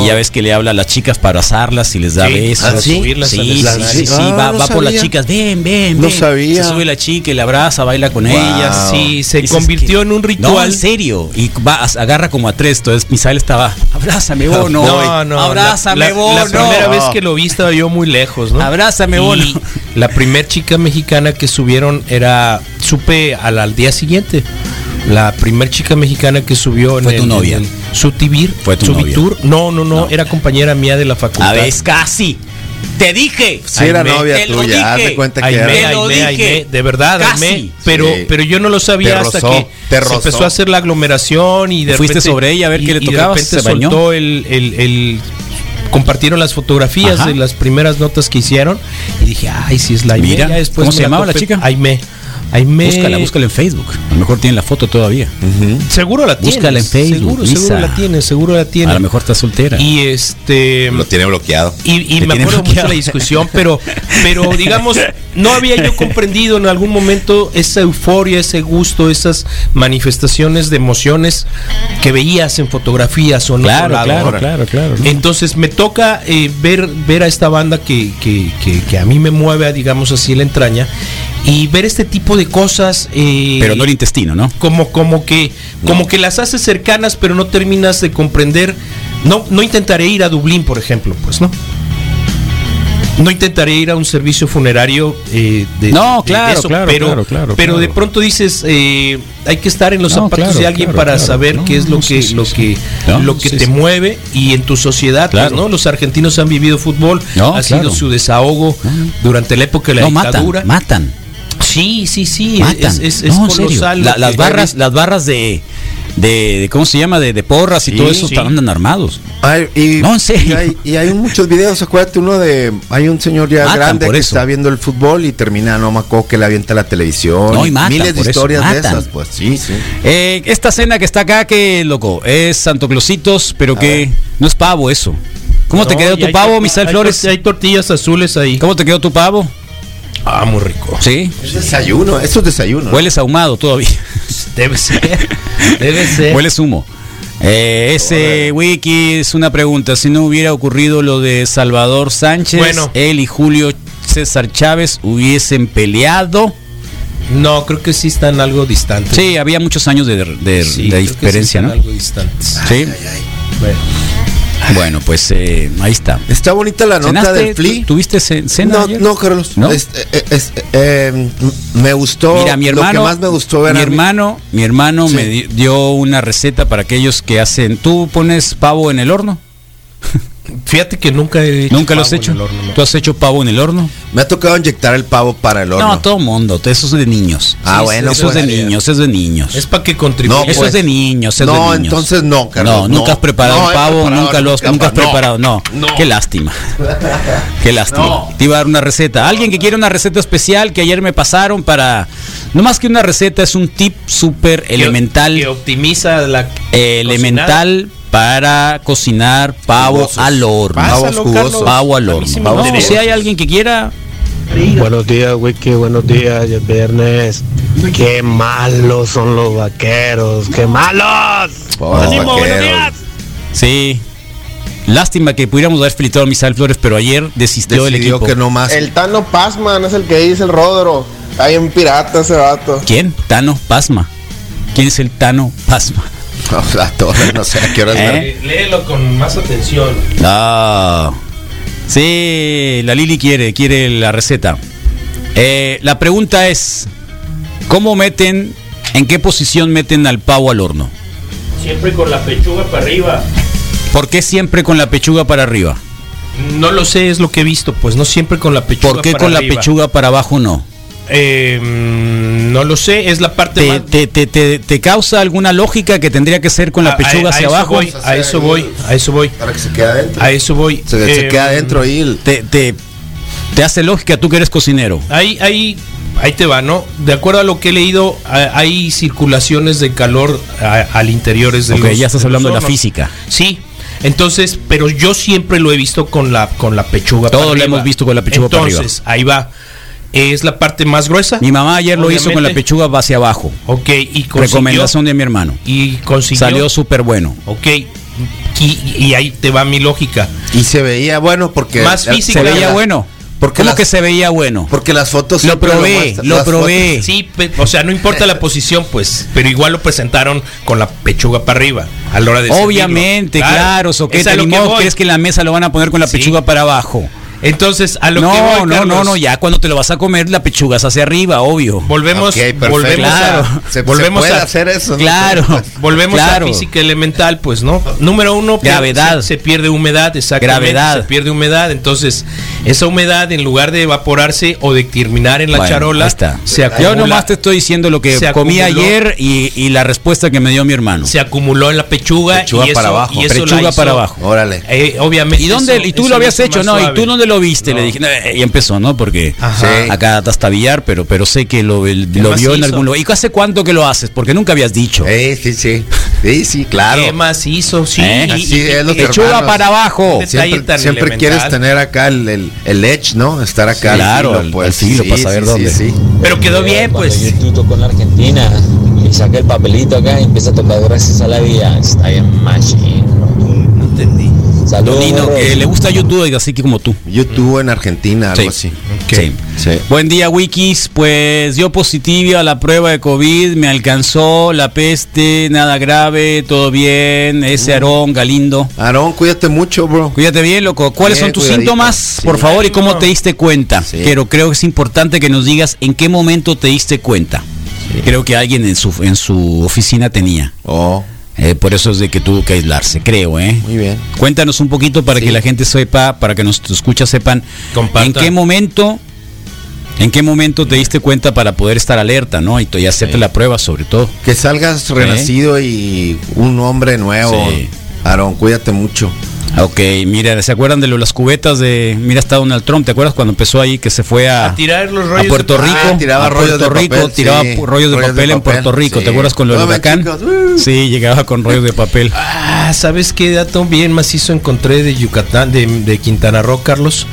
S6: y ya ves que le habla a las chicas para abrazarlas y les da
S1: Oh. Sí.
S6: besos.
S1: Ah, ¿sí?
S6: Sí, sí,
S1: Subirlas al
S6: sí,
S1: escenario.
S6: sí,
S11: Ah,
S6: va,
S11: no
S6: va por las
S11: sabía.
S6: chicas, ven, ven,
S11: No
S6: ven.
S11: sabía.
S6: Se sube la chica y la abraza, baila con ella,
S1: sí, se
S6: Dices
S1: convirtió
S6: que-
S1: en un
S6: No,
S1: ritual.
S6: en serio. Y va, as- agarra como a tres. Entonces Misael estaba, abrázame Bono. Abrázame
S1: la, la-
S6: Bono.
S1: La primera vez que lo vi estaba yo muy lejos, ¿no?
S6: Abrázame,
S1: Y
S6: Bono.
S1: La primer chica mexicana que subieron era, supe al, al día siguiente. La primer chica mexicana que subió
S6: Fue tu
S1: el-
S6: novia.
S1: el- su tibir,
S6: Fue tu
S1: su Bitur. No, no, no,
S6: No.
S1: era compañera mía de la facultad.
S6: A ver, casi. Te dije.
S11: Sí, era
S1: Aime,
S11: novia
S6: te lo
S11: tuya. Haz de
S6: dije.
S11: cuenta que
S1: Aime,
S11: era.
S6: Te lo
S1: Aime,
S6: dije.
S1: Aime, de verdad,
S6: Casi.
S1: Aime, pero,
S11: Sí.
S1: pero yo no lo sabía
S11: Te
S1: hasta
S11: rozó,
S1: que
S11: te
S1: se
S11: rozó.
S1: empezó a hacer la aglomeración y de
S6: Fuiste
S1: repente-
S6: sobre ella a ver
S1: y-
S6: qué le
S1: y
S6: tocaba,
S1: de repente
S6: se bañó.
S1: soltó el, el- el- compartieron las fotografías
S6: Ajá.
S1: de las primeras notas que hicieron y dije, ay, sí es la Aime.
S6: Mira,
S1: Ya después
S6: ¿cómo
S1: me
S6: se llamaba la
S1: topé-
S6: chica?
S1: Aime. Ahí me-
S6: Búscala, búscala en Facebook. A lo mejor tienen la foto todavía.
S1: Seguro la tienes.
S6: Búscala en Facebook,
S1: Seguro, seguro
S6: Lisa.
S1: la tienes, seguro la
S6: A lo
S1: tienes.
S6: mejor está soltera.
S1: Y este.
S11: Lo tiene bloqueado.
S1: Y, y
S6: Te
S1: me
S6: tiene
S1: acuerdo mucho
S6: bloqueado.
S1: de la discusión, pero, pero digamos, no había yo comprendido en algún momento esa euforia, ese gusto, esas manifestaciones de emociones que veías en fotografías o en otro
S6: Claro,
S1: lado.
S6: claro,
S1: Ahora,
S6: claro, claro.
S1: Entonces me toca eh, ver, ver a esta banda que, que- que- que a mí me mueve, digamos así, la entraña y ver este tipo de cosas. eh,
S6: Pero no el intestino, ¿no?
S1: como como que como que las haces cercanas pero no terminas de comprender no no intentaré ir a Dublín por ejemplo pues no no intentaré ir a un servicio funerario eh, de de-
S6: No,
S1: de
S6: claro, claro,
S1: pero
S6: claro, claro,
S1: pero de
S6: claro.
S1: pronto dices eh, hay que estar en los
S6: No,
S1: zapatos
S6: claro,
S1: de alguien
S6: claro,
S1: para
S6: claro.
S1: saber
S6: No,
S1: qué es lo
S6: no,
S1: que
S6: sí, sí,
S1: lo
S6: sí.
S1: que
S6: No,
S1: lo que
S6: sí,
S1: te
S6: sí.
S1: mueve y en tu sociedad pues,
S6: Claro.
S1: no los argentinos han vivido fútbol
S6: No,
S1: ha
S6: claro.
S1: sido su desahogo durante la época de la
S6: No, matan,
S1: dictadura
S6: matan.
S1: sí sí sí
S6: matan.
S1: es, es- es
S6: No, en serio.
S1: colosal lo
S6: La- las
S1: que-
S6: barras, las barras de, de, de- ¿cómo se llama? De, de porras y
S11: Sí,
S6: todo eso
S11: sí.
S6: están andan armados.
S11: Ay, y,
S6: No, en serio.
S11: Y hay, y hay muchos videos, acuérdate uno de. Hay un señor ya
S6: Matan
S11: grande
S6: Ah, por
S11: que
S6: eso.
S11: está viendo el fútbol y termina, no me acuerdo que le avienta la televisión.
S6: No, y
S11: y
S6: matan
S11: miles de
S6: por eso,
S11: historias de
S6: matan.
S11: esas, pues sí, sí.
S6: Eh, esta cena que está acá, que loco, es Santo Clausitos, pero que no es pavo eso. ¿Cómo te
S1: No,
S6: quedó
S1: y
S6: tu
S1: hay
S6: pavo,
S1: tor-
S6: Misael
S1: hay
S6: Flores?
S1: tor- Hay tortillas azules ahí.
S6: ¿Cómo te quedó tu pavo?
S1: Ah, muy rico.
S6: Sí,
S11: Es desayuno, eso es desayuno.
S6: hueles ahumado todavía.
S1: Debe ser. Debe ser.
S6: Huele sumo. Eh, ese wiki es una pregunta. Si no hubiera ocurrido lo de Salvador Sánchez,
S1: Bueno.
S6: él y Julio César Chávez hubiesen peleado.
S1: No, creo que sí están algo distantes.
S6: Sí, había muchos años de, de-
S1: Sí,
S6: de
S1: creo que sí
S6: diferencia,
S1: están
S6: ¿no?
S1: Algo distantes.
S6: Sí.
S1: Bueno.
S6: Bueno, pues eh, ahí está.
S11: Está bonita la nota
S6: ¿Cenaste?
S11: del Flea.
S6: ¿Tú- ¿Tuviste ce- cena?
S11: No,
S6: ayer?
S11: no, Carlos.
S6: ¿No?
S11: Es- eh, es- eh, eh, me gustó.
S6: Mira, mi hermano,
S11: Lo que más me gustó ver
S6: mi
S11: a mí-
S6: hermano, mi hermano
S11: Sí.
S6: me di- dio una receta para aquellos que hacen. ¿Tú pones pavo en el horno?
S1: Fíjate que nunca he hecho
S6: ¿Nunca lo has
S1: pavo en
S6: hecho?
S1: el horno, no.
S6: ¿Tú has hecho pavo en el horno?
S11: Me ha tocado inyectar el pavo para el horno.
S6: No, todo mundo, te- eso es de niños.
S11: Ah,
S6: Sí,
S11: bueno,
S6: Eso es de
S11: pues.
S6: niños, es de niños.
S1: Es para que contribuya.
S11: No,
S6: eso
S11: pues.
S6: es de niños, es de
S11: No,
S6: niños.
S11: entonces no, Carlos,
S6: No, nunca
S11: no.
S6: has preparado
S11: No,
S6: un
S11: he
S6: pavo,
S11: preparado,
S6: nunca, lo has,
S11: nunca,
S6: nunca has
S11: no.
S6: preparado. No,
S11: No.
S6: qué lástima. qué lástima. Te iba a dar una receta. Alguien que quiere una receta especial que ayer me pasaron para. No más que una receta, es un tip súper
S1: Que-
S6: elemental.
S1: Que optimiza la.
S6: elemental para cocinar pavo
S11: Jugosos.
S6: al horno.
S11: Pavos
S1: Pásalo,
S11: jugosos.
S1: Carlos.
S6: Pavo al
S1: A mí
S6: horno.
S1: sí me
S6: No,
S1: gusta.
S6: si hay alguien que quiera,
S12: Buenos días, Wiki, buenos días, ya es viernes. Qué malos son los vaqueros, qué malos.
S11: Oh, vaquero.
S6: Sí. Lástima que pudiéramos haber felicitado a Misael Flores, pero ayer desistió del
S11: Decidió
S6: equipo.
S11: que no más.
S13: El Tano Pazman es el que dice el Rodro. Hay un pirata ese vato.
S6: ¿Quién? Tano Pasma. ¿Quién es el Tano Pasma?
S11: La torre, no sé a qué horas
S6: ¿Eh?
S11: me-
S1: Lé- Léelo con más atención.
S6: Ah. Sí, la Lili quiere, quiere la receta. Eh, la pregunta es, ¿cómo meten, en qué posición meten al pavo al horno?
S1: Siempre con la pechuga para arriba.
S6: ¿Por qué siempre con la pechuga para arriba?
S1: No lo sé, es lo que he visto. Pues no siempre con la pechuga.
S6: ¿Por qué
S1: para
S6: con la
S1: arriba.
S6: pechuga para abajo no?
S1: Eh, mm, no lo sé, es la parte
S6: ¿Te,
S1: más.
S6: te, te- te- te causa alguna lógica que tendría que ser con
S1: A-
S6: la
S1: a- Ah,
S6: pechuga
S1: a
S6: hacia
S1: eso
S6: abajo?
S1: voy, a eso voy, a eso voy.
S11: Para que se quede adentro.
S1: A eso voy.
S11: Se, se
S1: Eh,
S11: queda adentro ahí. el-
S6: te, te, te hace lógica tú que eres cocinero.
S1: Ahí, ahí, ahí te va, ¿no? De acuerdo a lo que he leído, a- hay circulaciones de calor a- al interior. es De
S6: Ok,
S1: los-
S6: ya estás hablando de la
S1: hornos.
S6: física.
S1: Sí. Entonces, pero yo siempre lo he visto con la con la pechuga.
S6: Todo lo hemos visto con la pechuga para arriba.
S1: Entonces, ahí va. Es la parte más gruesa.
S6: Mi mamá ayer lo hizo con la
S1: Obviamente.
S6: pechuga hacia abajo.
S1: Ok, y consiguió.
S6: Recomendación de mi hermano.
S1: Y consiguió.
S6: Salió súper bueno.
S1: Ok. Y, y ahí te va mi lógica.
S11: Y se veía bueno porque.
S1: Más
S11: la-
S1: física.
S6: se
S1: claro.
S6: veía bueno. ¿Por
S11: Porque
S6: qué
S11: las-
S6: que se veía bueno?
S11: Porque las fotos.
S6: Lo
S11: siempre
S6: probé,
S11: muestran,
S6: lo
S11: las
S6: probé.
S11: fotos-
S1: Sí, pe- o sea, no importa la posición, pues, pero igual lo presentaron con la pechuga para arriba a la hora de servirlo.
S6: Obviamente, claro, Soquete.
S1: Es a
S6: ni
S1: lo que
S6: modo
S1: voy.
S6: crees que en la mesa lo van a poner con la
S1: Sí.
S6: pechuga para abajo.
S1: Entonces, a lo
S6: No,
S1: que voy,
S6: no, no,
S1: Carlos,
S6: no, ya cuando te lo vas a comer la pechuga es hacia arriba, obvio.
S1: Volvemos,
S11: Ok, perfecto.
S1: volvemos
S6: Claro.
S1: a,
S11: Se- se
S1: volvemos
S11: puede
S1: a-
S11: hacer eso. ¿no?
S6: Claro.
S1: volvemos
S6: Claro.
S1: a física elemental, pues, ¿no? Número uno, pier-
S6: Gravedad.
S1: Se, se pierde humedad, exactamente.
S6: Gravedad.
S1: Se pierde humedad, entonces esa humedad en lugar de evaporarse o de terminar en la
S6: Bueno,
S1: charola,
S6: ahí está.
S1: se
S6: Yo
S1: acumula,
S6: nomás te estoy diciendo lo que
S1: se
S6: comí
S1: acumuló.
S6: ayer y, y la respuesta que me dio mi hermano.
S1: se acumuló en la pechuga,
S11: Pechuga
S1: y eso,
S11: para abajo.
S1: y eso la
S6: Pechuga
S1: hizo-
S6: para abajo.
S11: Órale.
S1: Eh, obviamente.
S6: ¿Y dónde?
S1: eso-
S6: ¿Y tú
S1: eso
S6: lo habías
S1: hizo
S6: hecho?
S1: más
S6: No, ¿y
S1: suave.
S6: tú dónde lo lo viste, le dije, "Eh", y empezó, ¿no? Porque
S1: Ajá. Sí.
S6: acá hasta billar, pero, pero sé que lo, el- lo
S1: más
S6: vio en
S1: hizo?
S6: algún lugar. ¿Y hace cuánto que lo haces? Porque nunca habías dicho.
S9: sí, sí. Sí, sí, claro.
S1: ¿Qué más hizo? Sí.
S9: ¿Eh? Así es los hermanos.
S1: Un detalle
S9: Siempre,
S1: tan
S9: siempre
S1: elemental.
S9: quieres tener acá el, el, el edge, ¿no? Estar acá. al
S6: Claro,
S9: filo,
S6: al-
S11: pues.
S6: al filo, para saber dónde.
S1: Pero quedó bien, pues.
S14: YouTube con la Argentina y saqué el papelito acá y empecé a tocar gracias a la vida. Está bien, machine.
S1: No entendí.
S14: Saludos.
S6: Nino, que le gusta YouTube, oiga, así que como tú.
S9: YouTube en Argentina, algo así.
S6: Sí. Buen día, Wikis. Pues yo positivo a la prueba de COVID, me alcanzó la peste, nada grave, todo bien. Ese
S14: Mm.
S6: Aarón Galindo.
S9: Aarón, cuídate mucho, bro.
S6: Cuídate bien, loco. ¿Cuáles
S9: Bien,
S6: son tus
S9: cuidadito.
S6: síntomas,
S9: Sí.
S6: por favor, y cómo
S9: No.
S6: te diste cuenta? Pero creo que es importante que nos digas en qué momento te diste cuenta. Creo que alguien en su, en su oficina tenía. Eh, por eso es de que tuvo que aislarse, creo, ¿eh?
S9: Muy bien.
S6: Cuéntanos un poquito para que la gente sepa, para que nos escuchas sepan en qué momento en qué momento te diste cuenta para poder estar alerta, ¿no? Y, t- y hacerte la prueba sobre todo.
S9: Que salgas renacido y un hombre nuevo.
S6: Sí.
S9: Aarón, cuídate mucho.
S6: Ok, mira, ¿se acuerdan de lo- las cubetas de mira está Donald Trump? ¿Te acuerdas cuando empezó ahí que se fue
S9: Ah.
S6: a,
S1: Tirar los
S6: a
S1: rollos.
S6: Puerto
S1: de-
S6: Rico?
S1: Ah,
S6: a Puerto Rico, tiraba pu- rollos de papel en Puerto Rico, ¿te acuerdas con lo del huracán?
S1: Uh.
S6: Sí, llegaba con rollos de papel.
S1: Ah, ¿sabes qué dato bien macizo encontré de Yucatán, de, de Quintana Roo, Carlos?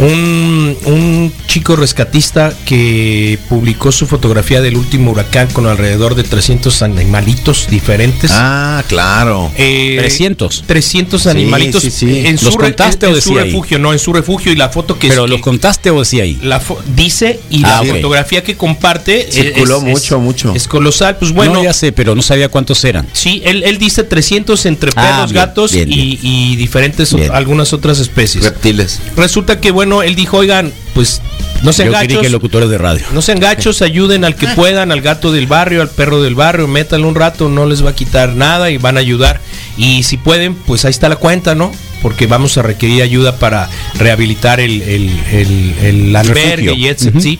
S1: Un, un chico rescatista que publicó su fotografía del último huracán con alrededor de 300 animalitos diferentes.
S9: Ah, claro.
S1: Eh,
S6: 300.
S1: 300
S6: Sí,
S1: animalitos
S6: sí, sí.
S1: en su,
S6: ¿Los
S1: re-
S6: contaste
S1: en-
S6: o
S1: en su
S6: decía ahí?
S1: refugio, no, en su refugio y la foto que
S6: Pero los contaste o decía ahí.
S1: la fo- dice y la
S6: Ah, ok.
S1: fotografía que comparte es-
S6: Circuló
S1: es-
S6: mucho,
S1: es-
S6: mucho.
S1: Es colosal, pues bueno,
S6: no, ya sé, pero no sabía cuántos eran.
S1: Sí, él, él dice 300 entre
S6: Ah,
S1: perros,
S6: bien,
S1: gatos
S6: bien,
S1: y, y diferentes, ot- algunas otras especies.
S9: Reptiles.
S1: Resulta que, bueno, él dijo, oigan, pues no sean
S6: Yo creí
S1: gachos.
S6: que locutores de radio.
S1: No sean gachos, ayuden al que puedan, al gato del barrio, al perro del barrio, métanlo un rato, no les va a quitar nada y van a ayudar. Y si pueden, pues ahí está la cuenta, ¿no? Porque vamos a requerir ayuda para rehabilitar el, el- el- el albergue
S6: refugio.
S1: y etc.
S6: Ujú.
S1: ¿sí?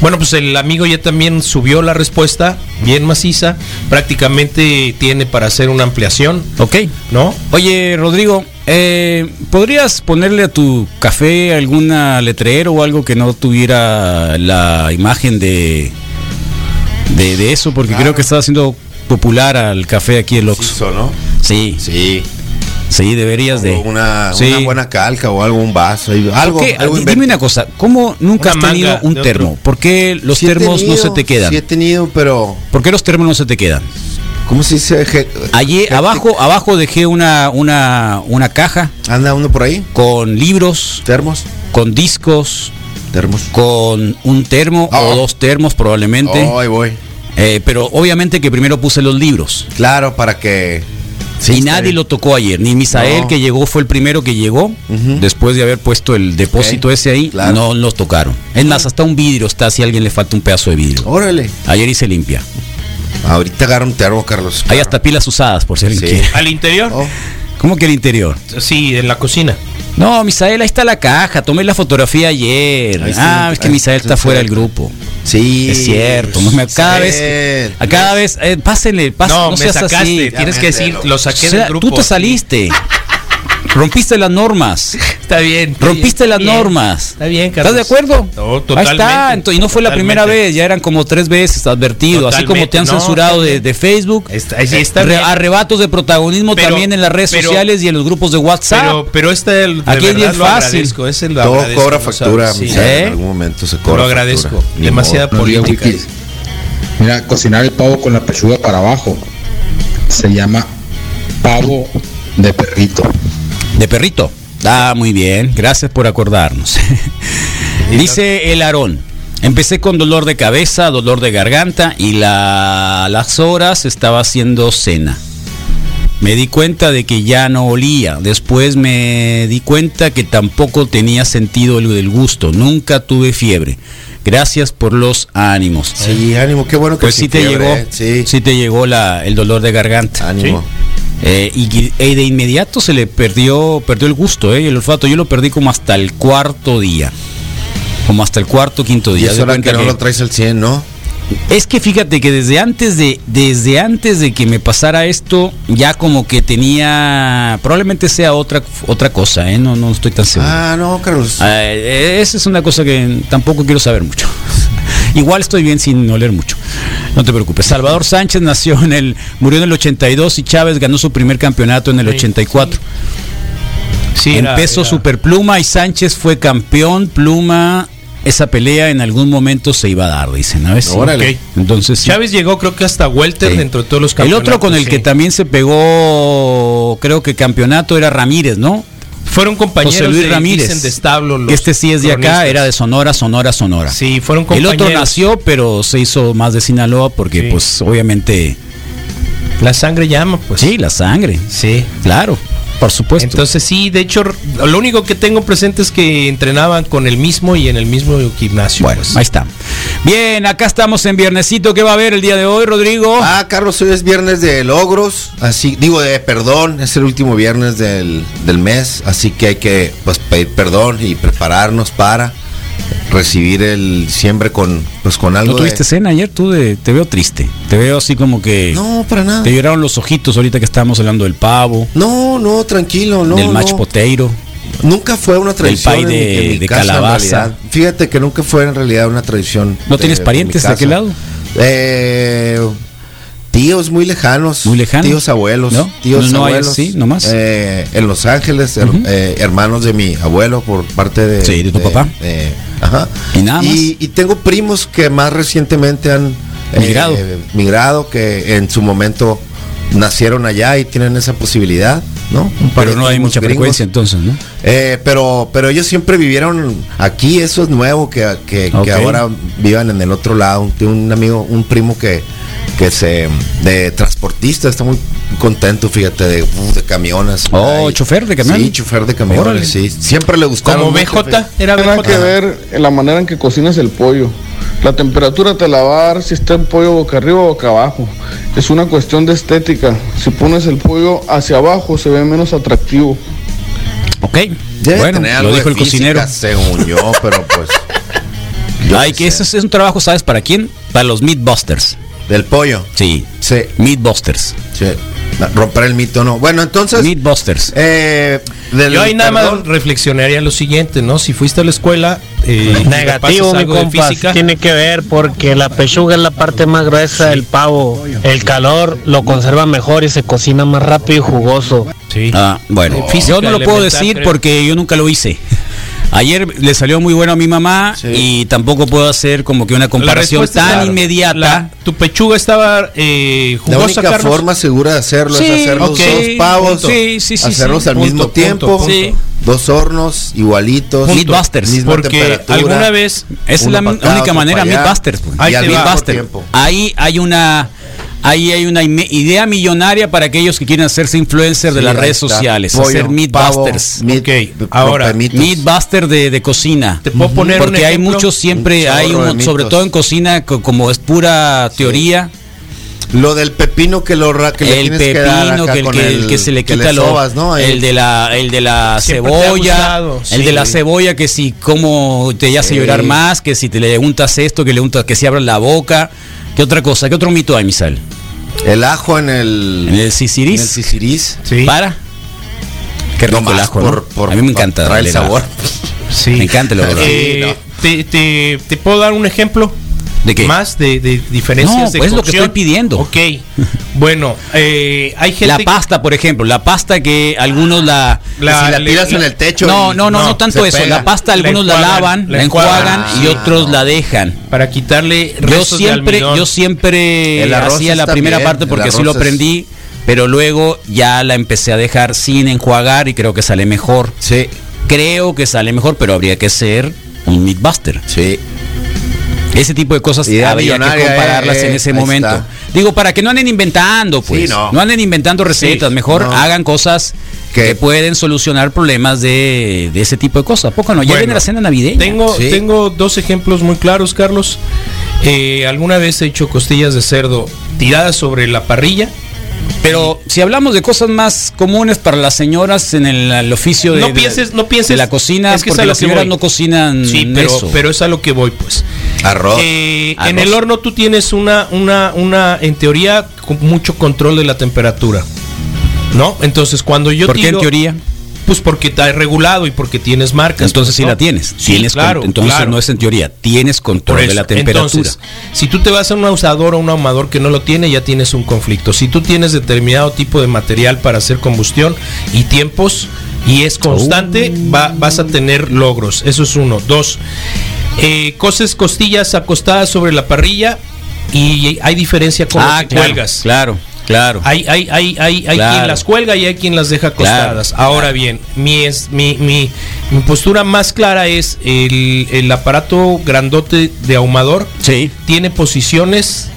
S1: Bueno, pues el amigo ya también subió la respuesta, bien maciza, prácticamente tiene para hacer una ampliación.
S6: Ok.
S1: ¿No?
S6: Oye, Rodrigo, eh, ¿podrías ponerle a tu café alguna letrero o algo que no tuviera la imagen de, de, de eso? Porque creo que está haciendo popular al café aquí el Oxxo.
S9: ¿no?
S6: Sí.
S9: Sí.
S6: Sí, deberías de.
S9: Una,
S6: Sí.
S9: una buena calca o algo, un vaso. ahí- Algo,
S6: ¿Por qué?
S9: algo
S6: Di- Dime una cosa, ¿cómo nunca
S9: Una
S6: has tenido
S9: manga
S6: un
S9: de
S6: termo?
S9: otro.
S6: ¿Por qué los
S9: Sí he
S6: termos no
S9: tenido,
S6: se te quedan?
S9: Sí he tenido, pero...
S6: ¿Por qué los termos no se te quedan?
S9: ¿Cómo se dice?
S6: Allí abajo, abajo dejé una, una, una caja.
S9: Anda uno por ahí.
S6: Con libros.
S9: Termos.
S6: Con discos.
S9: Termos.
S6: Con un termo o dos termos probablemente.
S9: Oh, ahí voy.
S6: Eh, pero obviamente que primero puse los libros.
S9: Claro, para que.
S6: y nadie lo tocó ayer. Ni Misael
S9: No.
S6: que llegó fue el primero que llegó. Después de haber puesto el depósito ese ahí, no los tocaron. Es más, hasta un vidrio está si a alguien le falta un pedazo de vidrio.
S9: Órale.
S6: Ayer hice limpia.
S9: Ahorita agarra un termo, Carlos.
S6: Hay hasta pilas usadas, por si alguien quiere.
S1: ¿Al interior?
S6: ¿Cómo que el interior?
S1: Sí, en la cocina.
S6: No, Misael, ahí está la caja. Tomé la fotografía ayer.
S1: Ahí está.
S6: Ah, es que Misael está fuera del grupo.
S9: Sí.
S6: Es cierto. no me- cada vez, a cada vez, eh, pásenle, pásenle.
S1: No,
S6: No,
S1: me
S6: seas
S1: sacaste,
S6: así.
S1: tienes que decir, lo saqué del grupo.
S6: Tú te saliste. Rompiste las normas.
S1: Está bien. está
S6: Rompiste
S1: bien,
S6: las
S1: está bien.
S6: normas.
S1: Está bien,
S6: ¿Estás
S1: Carlos.
S6: de acuerdo?
S1: No,
S6: Ahí
S1: totalmente.
S6: está. Ento- y no fue la primera
S1: totalmente.
S6: vez, ya eran como tres veces advertido. así como te han
S1: Totalmente, no,
S6: censurado de,
S1: también.
S6: de Facebook.
S1: ahí sí está
S6: Re-
S1: bien.
S6: arrebatos de protagonismo
S1: Pero-
S6: también en las redes
S1: pero-
S6: sociales y en los grupos de WhatsApp.
S1: Pero, pero este el, de
S6: Aquí es
S1: verdad
S6: bien
S1: lo
S6: fácil.
S1: agradezco, ese lo
S9: Todo
S1: agradezco,
S9: cobra
S1: lo
S9: factura,
S1: sabes, sí.
S9: Misael, en
S1: ¿Eh?
S9: algún momento se cobra
S1: Lo agradezco.
S9: factura. Ni
S1: Demasiada
S9: modo.
S1: política.
S14: Mira, cocinar el pavo con la pechuga para abajo se llama pavo de perrito.
S6: De perrito. Ah, muy bien. Gracias por acordarnos. Dice el Aarón. Empecé con dolor de cabeza, dolor de garganta y la- las horas estaba haciendo cena. Me di cuenta de que ya no olía. Después me di cuenta que tampoco tenía sentido el del gusto. Nunca tuve fiebre. Gracias por los ánimos.
S9: Sí, ánimo, qué bueno que
S6: Pues sí
S9: sin
S6: te
S9: fiebre,
S6: llegó,
S9: eh.
S6: sí. te llegó la, el dolor de garganta.
S9: Ánimo.
S6: Eh, y, que- y de inmediato se le perdió, perdió el gusto, eh, el olfato. Yo lo perdí como hasta el cuarto día, como hasta el cuarto quinto
S9: Y
S6: día.
S9: eso
S6: De
S9: era
S6: cuenta
S9: que no
S6: que-
S9: lo traes al 100, ¿no?
S6: Es que fíjate que desde antes de desde antes de que me pasara esto ya como que tenía probablemente sea otra otra cosa, ¿eh? no no estoy tan seguro.
S11: Ah, no, Carlos.
S6: Eh, esa es una cosa que tampoco quiero saber mucho. Igual estoy bien sin oler mucho. No te preocupes. Salvador Sánchez nació en el murió en el 82 y Chávez ganó su primer campeonato en el 84. Sí, en
S1: era-
S6: peso
S1: era-
S6: superpluma y Sánchez fue campeón pluma. Esa pelea en algún momento se iba a dar, dicen, ¿a veces?
S1: Órale.
S6: Entonces, sí.
S1: Chávez llegó creo que hasta Welter dentro de todos los
S6: El
S1: campeonatos.
S6: otro con el
S1: sí.
S6: que también se pegó, creo que campeonato era Ramírez, ¿no?
S1: fueron compañeros
S6: José Luis
S1: de,
S6: Ramírez.
S1: dicen, de establo. los
S6: Este sí es de acá,
S1: cronistas.
S6: era de Sonora, Sonora, Sonora.
S1: Sí, fueron
S6: El
S1: compañeros.
S6: otro nació, pero se hizo más de Sinaloa porque,
S1: Sí.
S6: pues, obviamente.
S1: La sangre llama, pues.
S6: Sí, la sangre.
S1: Sí.
S6: Claro, por supuesto.
S1: Entonces sí, de hecho, lo único que tengo presente es que entrenaban con el mismo y en el mismo gimnasio. pues. Bueno,
S6: ahí está. Bien, acá estamos en Viernesito. ¿Qué va a haber el día de hoy, Rodrigo?
S11: Ah, Carlos, hoy es viernes de logros, así, digo, de perdón, es el último viernes del, del mes, así que hay que pues, pedir perdón y prepararnos para recibir el diciembre con, pues, con algo
S6: ¿No tuviste
S11: de...
S6: cena ayer? Tú de- te veo triste. Te veo así como que.
S11: No, para nada.
S6: Te lloraron los ojitos ahorita que estábamos hablando del pavo,
S11: No, no, tranquilo, no.
S6: del
S11: no.
S6: match potato.
S11: Nunca fue una tradición.
S6: pay de- de calabaza.
S11: realidad. Fíjate que nunca fue en realidad una tradición.
S6: ¿No tienes parientes de
S11: mi casa.
S6: aquel lado?
S11: Eh, tíos muy lejanos.
S6: Muy lejanos.
S11: Tíos abuelos.
S6: ¿No?
S11: Tíos
S6: No, no hay
S11: abuelos.
S6: así, nomás.
S11: eh, en Los Ángeles, her- eh, hermanos de mi abuelo por parte de.
S6: Sí, de tu papá.
S11: eh, ajá.
S6: Y nada más.
S11: Y, y tengo primos que más recientemente han. eh,
S6: Migrado.
S11: migrado, que en su momento nacieron allá y tienen esa posibilidad, ¿no? Un par
S6: Pero
S11: de
S6: no hay
S11: primos
S6: mucha
S11: gringos.
S6: frecuencia entonces, ¿no?
S11: Eh, pero, pero ellos siempre vivieron aquí, eso es nuevo, que, que- que
S6: Ok.
S11: ahora vivan en el otro lado. Tengo un amigo, un primo que, que se de transportista, está muy contento, fíjate, de, uh, de camiones.
S6: Oh,
S11: Ay,
S6: chofer de camión.
S11: Sí, chofer de camiones,
S6: Órale.
S11: sí. Siempre le gustaron.
S1: Como
S11: mucho,
S1: BJ,
S6: pues.
S11: fíjate.
S1: era
S13: Tiene nada
S1: BJ.
S13: que ver en la manera en que cocinas el pollo. La temperatura te la va a dar si está el pollo boca arriba o boca abajo. Es una cuestión de estética. Si pones el pollo hacia abajo se ve menos atractivo.
S6: Ok.
S11: Debe
S6: bueno,
S11: tener algo
S6: lo
S11: de
S6: dijo el
S11: física,
S6: cocinero.
S11: Según yo, pero pues.
S6: Ay, que ese es, es un trabajo, ¿sabes para quién? Para los Meatbusters.
S11: Del pollo.
S6: Sí.
S11: Sí,
S6: Meatbusters.
S11: sí. No, Romper el mito, no. Bueno, entonces.
S6: Meatbusters.
S11: eh, del
S1: Yo ahí nada
S11: perdón,
S1: más reflexionaría lo siguiente, ¿no? Si fuiste a la escuela, eh, y te
S12: Negativo,
S1: pasas
S12: mi
S1: algo de
S12: compa.
S1: física,
S12: Tiene que ver porque la pechuga es la parte más gruesa del pavo. El calor lo conserva mejor y se cocina más rápido y jugoso.
S1: Sí.
S6: Ah,
S11: eh,
S6: bueno,
S1: Física
S6: yo no lo puedo
S1: elemental,
S6: decir
S1: creo.
S6: porque yo nunca lo hice. Ayer le salió muy bueno a mi mamá y tampoco puedo hacer como que una comparación
S1: respuesta es
S6: tan
S1: claro.
S6: inmediata.
S1: La- tu pechuga estaba eh,
S11: La
S1: jugosa,
S11: única
S1: Carlos.
S11: forma segura de hacerlo
S6: Sí,
S11: es hacer los
S6: ok,
S11: dos pavos,
S6: punto. Sí, sí, sí,
S11: hacerlos
S6: sí,
S11: al
S1: punto,
S11: mismo
S1: punto,
S11: tiempo,
S1: punto.
S6: Sí.
S11: dos hornos igualitos,
S6: Punto. Meatbusters.
S11: misma
S1: Porque
S11: temperatura,
S1: alguna vez
S6: Es
S11: uno
S6: la
S11: para acá,
S6: única
S11: otro
S6: manera,
S11: para allá,
S6: Meatbusters. pues.
S1: Ahí
S11: y
S1: te
S11: al
S1: va.
S11: mismo
S6: Buster.
S11: tiempo.
S6: Ahí hay una ahí hay una ime- idea millonaria para aquellos que quieren hacerse influencers de
S11: Sí,
S6: las
S11: ahí
S6: redes
S11: está.
S6: sociales,
S11: Pollo,
S6: hacer
S11: pavo,
S6: meatbusters.
S11: meat-
S1: Ok, ahora,
S11: rompemitos.
S6: Meatbuster de, de cocina.
S1: Te puedo poner un
S6: Porque hay
S1: ejemplo.
S6: muchos siempre,
S11: Un
S6: hay
S11: chorro de
S6: un, sobre
S11: mitos.
S6: todo en cocina, co- como es pura teoría.
S11: lo del pepino que lo ra- que le
S6: el
S11: tienes que dar
S6: pepino,
S11: acá
S6: que el,
S11: con
S6: que, el que se le quita lo-
S11: sobas, ¿no?
S6: el de la, el de la
S1: Siempre te ha
S6: cebolla,
S1: gustado,
S6: el de
S1: sí.
S6: la cebolla que si como te hace
S11: Sí.
S6: llorar más, que si te le untas esto, que le untas, que si abras la boca, ¿qué otra cosa? ¿Qué otro mito hay, Misal?
S11: el ajo en el
S6: En el
S11: en
S6: sisiris.
S11: el sisiris.
S1: Sí.
S6: Para. Qué rico
S11: Nomás
S6: el ajo, ¿no?
S11: por- por-
S6: A mí me encanta.
S11: para traer el
S6: darle
S11: sabor.
S1: Sí.
S6: Me encanta el olor.
S1: Eh, te, te- te puedo dar un ejemplo?
S6: ¿De qué?
S1: Más de, de diferencias
S6: No,
S1: de
S6: pues es lo que
S1: cocción.
S6: estoy pidiendo.
S1: Ok. Bueno, eh, hay gente...
S6: La pasta, por ejemplo, la pasta que algunos la...
S11: Que si la
S1: le-
S11: tiras en el techo
S6: No,
S11: y-
S6: no, no, no, tanto
S11: se
S6: eso.
S11: pega.
S6: La pasta algunos la,
S1: enjuagan,
S6: lavan,
S1: la
S6: la enjuagan
S1: enjuagan.
S6: y
S11: Ah,
S6: otros
S11: no.
S6: la dejan.
S1: Para quitarle
S6: Yo
S1: restos de
S6: siempre,
S1: almidón.
S6: yo siempre
S11: El arroz
S6: hacía la
S11: está
S6: primera
S11: bien,
S6: parte
S11: el
S6: porque así lo
S11: arroz es-
S6: aprendí, pero luego ya la empecé a dejar sin enjuagar y creo que sale mejor.
S11: Sí,
S6: Creo que sale mejor, pero habría que ser un meatbuster.
S11: sí.
S6: Ese tipo de cosas
S11: Idea
S6: habría que
S11: millonaria, eh,
S6: compararlas
S11: eh,
S6: en ese
S11: ahí
S6: momento.
S11: está.
S6: Digo, para que no anden inventando, pues.
S11: Sí,
S6: no.
S11: no.
S6: anden inventando recetas.
S1: Sí,
S6: Mejor
S11: no.
S6: hagan cosas
S11: ¿Qué?
S6: que pueden solucionar problemas de, de ese tipo de cosas. ¿A poco no? Ya
S1: Bueno,
S6: viene la cena navideña.
S1: Tengo,
S11: Sí.
S1: tengo dos ejemplos muy claros, Carlos. Eh, alguna vez he hecho costillas de cerdo tiradas sobre la parrilla.
S6: Pero si hablamos de cosas más comunes para las señoras en el, el oficio de,
S1: no pienses, no pienses
S6: de la cocina,
S1: es que es
S6: porque
S1: a lo
S6: las
S1: que
S6: señoras
S1: voy.
S6: no cocinan
S1: Sí, pero,
S6: eso.
S1: pero es a lo que voy, pues.
S11: Arroz.
S1: Eh,
S11: Arroz.
S1: En el horno tú tienes una, una, una, en teoría, con mucho control de la temperatura. ¿No? Entonces cuando yo
S6: ¿Por qué en teoría?
S1: Pues porque está regulado y porque tienes marcas.
S6: Entonces sí
S1: ¿no?
S6: la tienes.
S1: Sí,
S6: Tienes con-
S1: claro,
S6: entonces
S1: claro.
S6: no es en teoría, tienes
S1: Por
S6: control de
S1: eso.
S6: la temperatura. Ah,
S1: Entonces, si tú te vas a un ahusador o un ahumador que no lo tiene, ya tienes un conflicto. Si tú tienes determinado tipo de material para hacer combustión y tiempos y es constante,
S6: Oh.
S1: va- vas a tener logros. Eso es uno. Dos, eh, coces costillas acostadas sobre la parrilla y hay diferencia con
S6: Ah,
S1: las que
S6: claro,
S1: cuelgas.
S6: Claro, claro.
S1: Hay, hay, hay, hay, hay
S6: Claro.
S1: quien las cuelga y hay quien las deja acostadas. Ahora bien, mi, es, mi, mi, mi postura más clara es el, el aparato grandote de ahumador. Tiene posiciones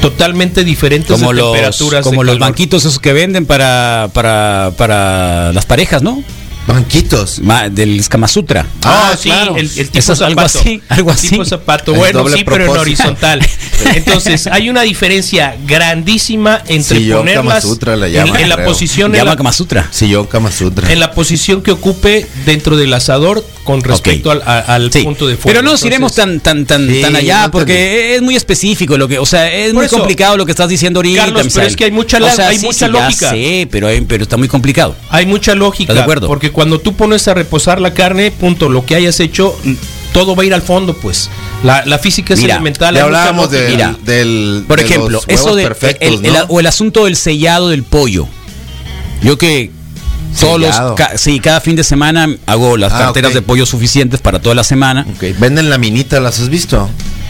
S1: totalmente diferentes
S6: como
S1: de
S6: los,
S1: temperaturas.
S6: como
S1: de
S6: los
S1: calor.
S6: banquitos esos que venden para, para, para las parejas, ¿no?
S11: Banquitos.
S6: del Kama Sutra.
S1: Ah, sí, el, el tipo
S6: Eso es
S1: zapato.
S6: algo así, algo así.
S1: Tipo zapato.
S6: El
S1: Bueno,
S6: doble
S1: sí, pero en
S6: propósito.
S1: horizontal. Entonces, hay una diferencia grandísima entre
S11: Sillón Kama
S1: ponerlas
S11: Sutra la
S1: en-
S11: llaman,
S1: en, la
S11: creo.
S1: posición en
S11: Llama
S1: la-
S11: Kama
S6: Sutra.
S11: Sillón Kama Sutra.
S1: en la posición que ocupe dentro del asador con respecto al, a- al punto de fuego.
S6: Pero no nos
S1: Entonces,
S6: iremos tan tan tan tan allá
S1: no
S6: porque es muy específico lo que, o sea, es
S1: Por
S6: muy
S1: eso,
S6: complicado lo que estás diciendo ahorita.
S1: Carlos, pero
S6: Misael.
S1: es que hay mucha
S6: O
S1: la-
S6: sea,
S1: hay
S6: sí,
S1: mucha
S6: sí, ya
S1: lógica.
S6: sé, pero hay- pero está muy complicado.
S1: Hay mucha lógica.
S6: ¿Estás de acuerdo?
S1: Porque cuando tú pones a reposar la carne, punto, lo que hayas hecho, todo va a ir al fondo, pues. La, la física es
S6: Mira,
S1: elemental.
S6: ya
S1: hay mucha
S6: hablábamos
S1: lógica.
S11: del,
S6: Mira,
S11: del-
S6: Por
S11: de
S6: ejemplo,
S11: los
S6: eso
S11: huevos
S6: de
S11: perfectos,
S6: el- el-
S11: ¿no?
S6: o el asunto del sellado del pollo. Yo que todos los
S11: Sellado.
S6: ca- sí, cada fin de semana hago las
S11: Ah,
S6: carteras
S11: ok.
S6: de pollo suficientes para toda la semana.
S11: Venden laminita, ¿las has visto?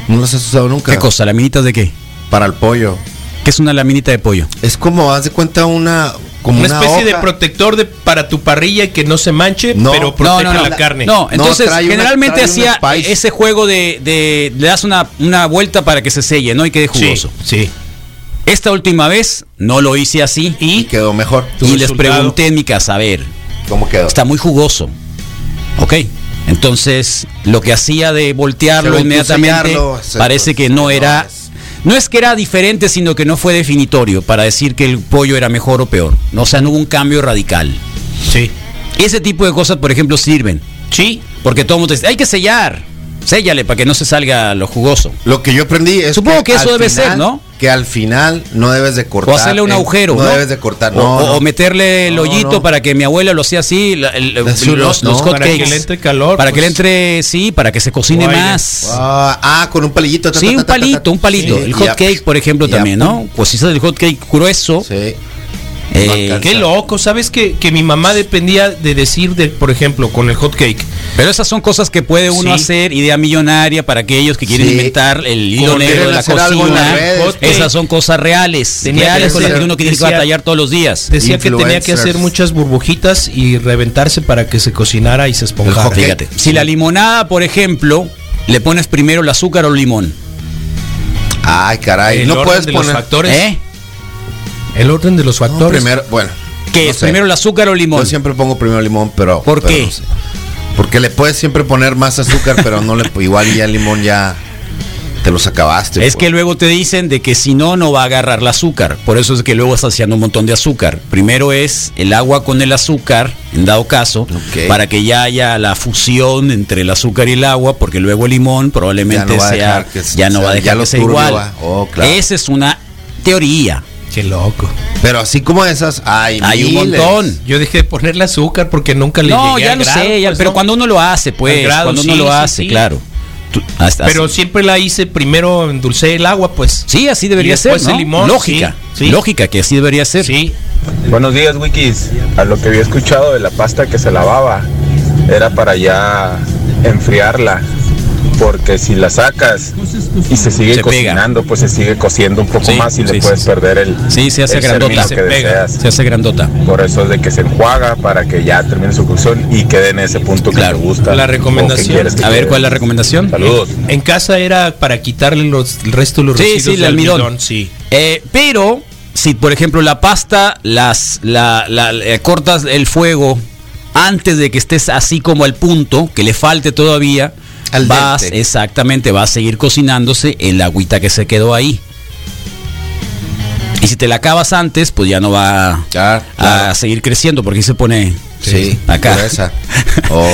S11: No las has usado nunca.
S6: ¿Qué cosa? ¿Laminitas de qué?
S11: Para el pollo.
S6: ¿Qué es una laminita de pollo?
S11: Es como, haz de cuenta, una. Como
S1: una,
S11: una,
S1: especie de
S11: hoja.
S1: protector de para tu parrilla y que no se manche,
S11: No,
S1: pero protege
S6: no, no, no.
S1: la carne.
S6: No, entonces
S11: trae una-
S6: generalmente
S11: trae un
S6: hacía
S11: spice.
S6: ese juego de, de- le das una, una vuelta para que se selle, ¿no? Y quede jugoso.
S1: Sí.
S6: Esta última vez no lo hice así
S1: y,
S11: quedó mejor.
S6: Y
S11: Tu
S6: les
S11: resultado.
S6: pregunté en mi casa, a ver,
S11: ¿Cómo quedó?
S6: está muy jugoso. Ok. Entonces, lo que hacía de voltearlo
S11: Según tú
S6: inmediatamente
S11: sellarlo, exacto,
S6: parece que no era no es que era diferente, sino que no fue definitorio para decir que el pollo era mejor o peor. O sea, no hubo un cambio radical.
S1: Sí.
S6: Ese tipo de cosas, por ejemplo, sirven.
S1: Sí.
S6: Porque todo el mundo dice, hay que sellar. Séllale para que no se salga lo jugoso.
S11: Lo que yo aprendí es.
S6: Supongo que eso
S11: al
S6: debe
S11: final-
S6: ser, ¿no?
S11: Que al final no debes de cortar.
S6: O hacerle un
S11: eh,
S6: agujero.
S11: No, debes de cortar.
S6: O-
S11: No,
S6: o,
S11: no.
S6: o meterle el
S11: No,
S6: hoyito
S11: no.
S6: para que mi abuela lo hacía así, la- el- los,
S11: Azul,
S6: los
S11: no.
S6: hot
S11: Para que
S6: cakes.
S11: le entre calor,
S6: Para que
S11: pues.
S6: le entre, sí, para que se cocine
S11: O aire.
S6: más.
S11: Ah, ah, con un palillito. ta, ta,
S6: Sí,
S11: ta,
S6: un
S11: ta, ta, ta.
S6: palito, un palito.
S11: Sí,
S6: el
S11: y
S6: hot
S11: ya,
S6: cake, por ejemplo,
S11: ya,
S6: también, ¿no? Pues, Cosizas del hot cake grueso.
S11: Sí.
S6: Eh,
S1: Qué loco, ¿sabes que, que mi mamá dependía de decir, de, por ejemplo, con el hot cake?
S6: Pero esas son cosas que puede uno
S1: Sí.
S6: hacer, idea millonaria para aquellos que quieren
S11: Sí.
S6: inventar el hilo
S11: Como
S6: negro
S11: quieren
S6: de la
S11: hacer algo en las
S6: cocina.
S11: redes,
S6: Hot cake. Esas son cosas reales,
S1: Tenía que
S6: reales con las
S1: hacer-
S6: que uno tiene que
S1: decía-
S6: batallar todos los días.
S1: Decía que tenía que hacer muchas burbujitas y reventarse para que se cocinara y se esponjara.
S6: Fíjate, si la limonada, por ejemplo, le pones primero el azúcar o el limón.
S11: Ay, caray.
S1: El
S11: no
S1: orden
S11: puedes
S1: de los
S11: poner.
S1: factores.
S6: ¿Eh?
S1: El orden de los
S11: No,
S1: factores.
S11: primero, bueno.
S6: ¿Qué
S11: no
S6: es?
S11: sé.
S6: ¿Primero el azúcar o el limón?
S11: Yo siempre pongo primero limón, pero.
S6: ¿Por
S11: pero
S6: qué?
S11: no sé. Porque le puedes siempre poner más azúcar, pero no le. Igual ya el limón ya. Te los acabaste. pues.
S6: Es que luego te dicen de que si no, no va a agarrar el azúcar. Por eso es que luego estás haciendo un montón de azúcar. Primero es el agua con el azúcar, en dado caso, para que ya haya la fusión entre el azúcar y el agua, porque luego el limón probablemente
S11: Ya no va a
S6: sea,
S11: dejar que se-
S6: ya no
S11: o sea,
S6: va a
S11: ya
S6: dejar
S11: lo
S6: que sea
S11: turbio
S6: igual.
S11: va. Oh, claro.
S6: Esa es una teoría.
S1: Qué loco.
S11: Pero así como esas, hay,
S6: Hay un
S11: miles.
S6: montón.
S1: Yo dejé de ponerle azúcar porque nunca le
S6: No,
S1: llegué
S6: ya
S1: al
S6: lo
S1: grado,
S6: sé, ya-
S1: pues,
S6: pero
S1: ¿no?
S6: cuando uno lo hace, pues,
S1: Al grado,
S6: cuando uno
S1: sí,
S6: lo
S1: sí,
S6: hace,
S1: sí.
S6: claro. Tú- hasta-
S1: Pero siempre la hice primero endulcé el agua, pues.
S6: Sí, así debería ser, ¿no? Lógica, lógica que así debería ser.
S1: Sí.
S15: Buenos días, Wikis. A lo que había escuchado de la pasta que se lavaba, era para ya enfriarla. Porque si la sacas y se sigue
S6: Se pega.
S15: cocinando, pues se sigue cociendo un poco
S6: Sí,
S15: más y
S6: sí,
S15: le puedes
S6: sí.
S15: perder el.
S6: Sí, se hace
S15: el
S6: grandota.
S15: término que deseas.
S6: Se hace grandota.
S15: Por eso es de que se enjuaga para que ya termine su cocción y quede en ese punto que te gusta.
S1: La
S15: o que
S1: recomendación.
S15: quieres que
S6: A ver,
S15: quede.
S6: ¿cuál es la recomendación?
S15: Saludos.
S1: En casa era para quitarle los, el resto de los
S6: Sí,
S1: residuos
S6: sí, el
S1: del
S6: almidón.
S1: sí.
S6: Eh, pero, si por ejemplo la pasta, las, la, la- eh, cortas el fuego antes de que estés así como al punto, que le falte todavía,
S11: Al
S6: vas,
S11: dente.
S6: exactamente, va a seguir cocinándose en la agüita que se quedó ahí. Y si te la acabas antes, pues ya no va a seguir creciendo porque ahí se pone
S11: Sí,
S6: acá.
S11: gruesa. Oh.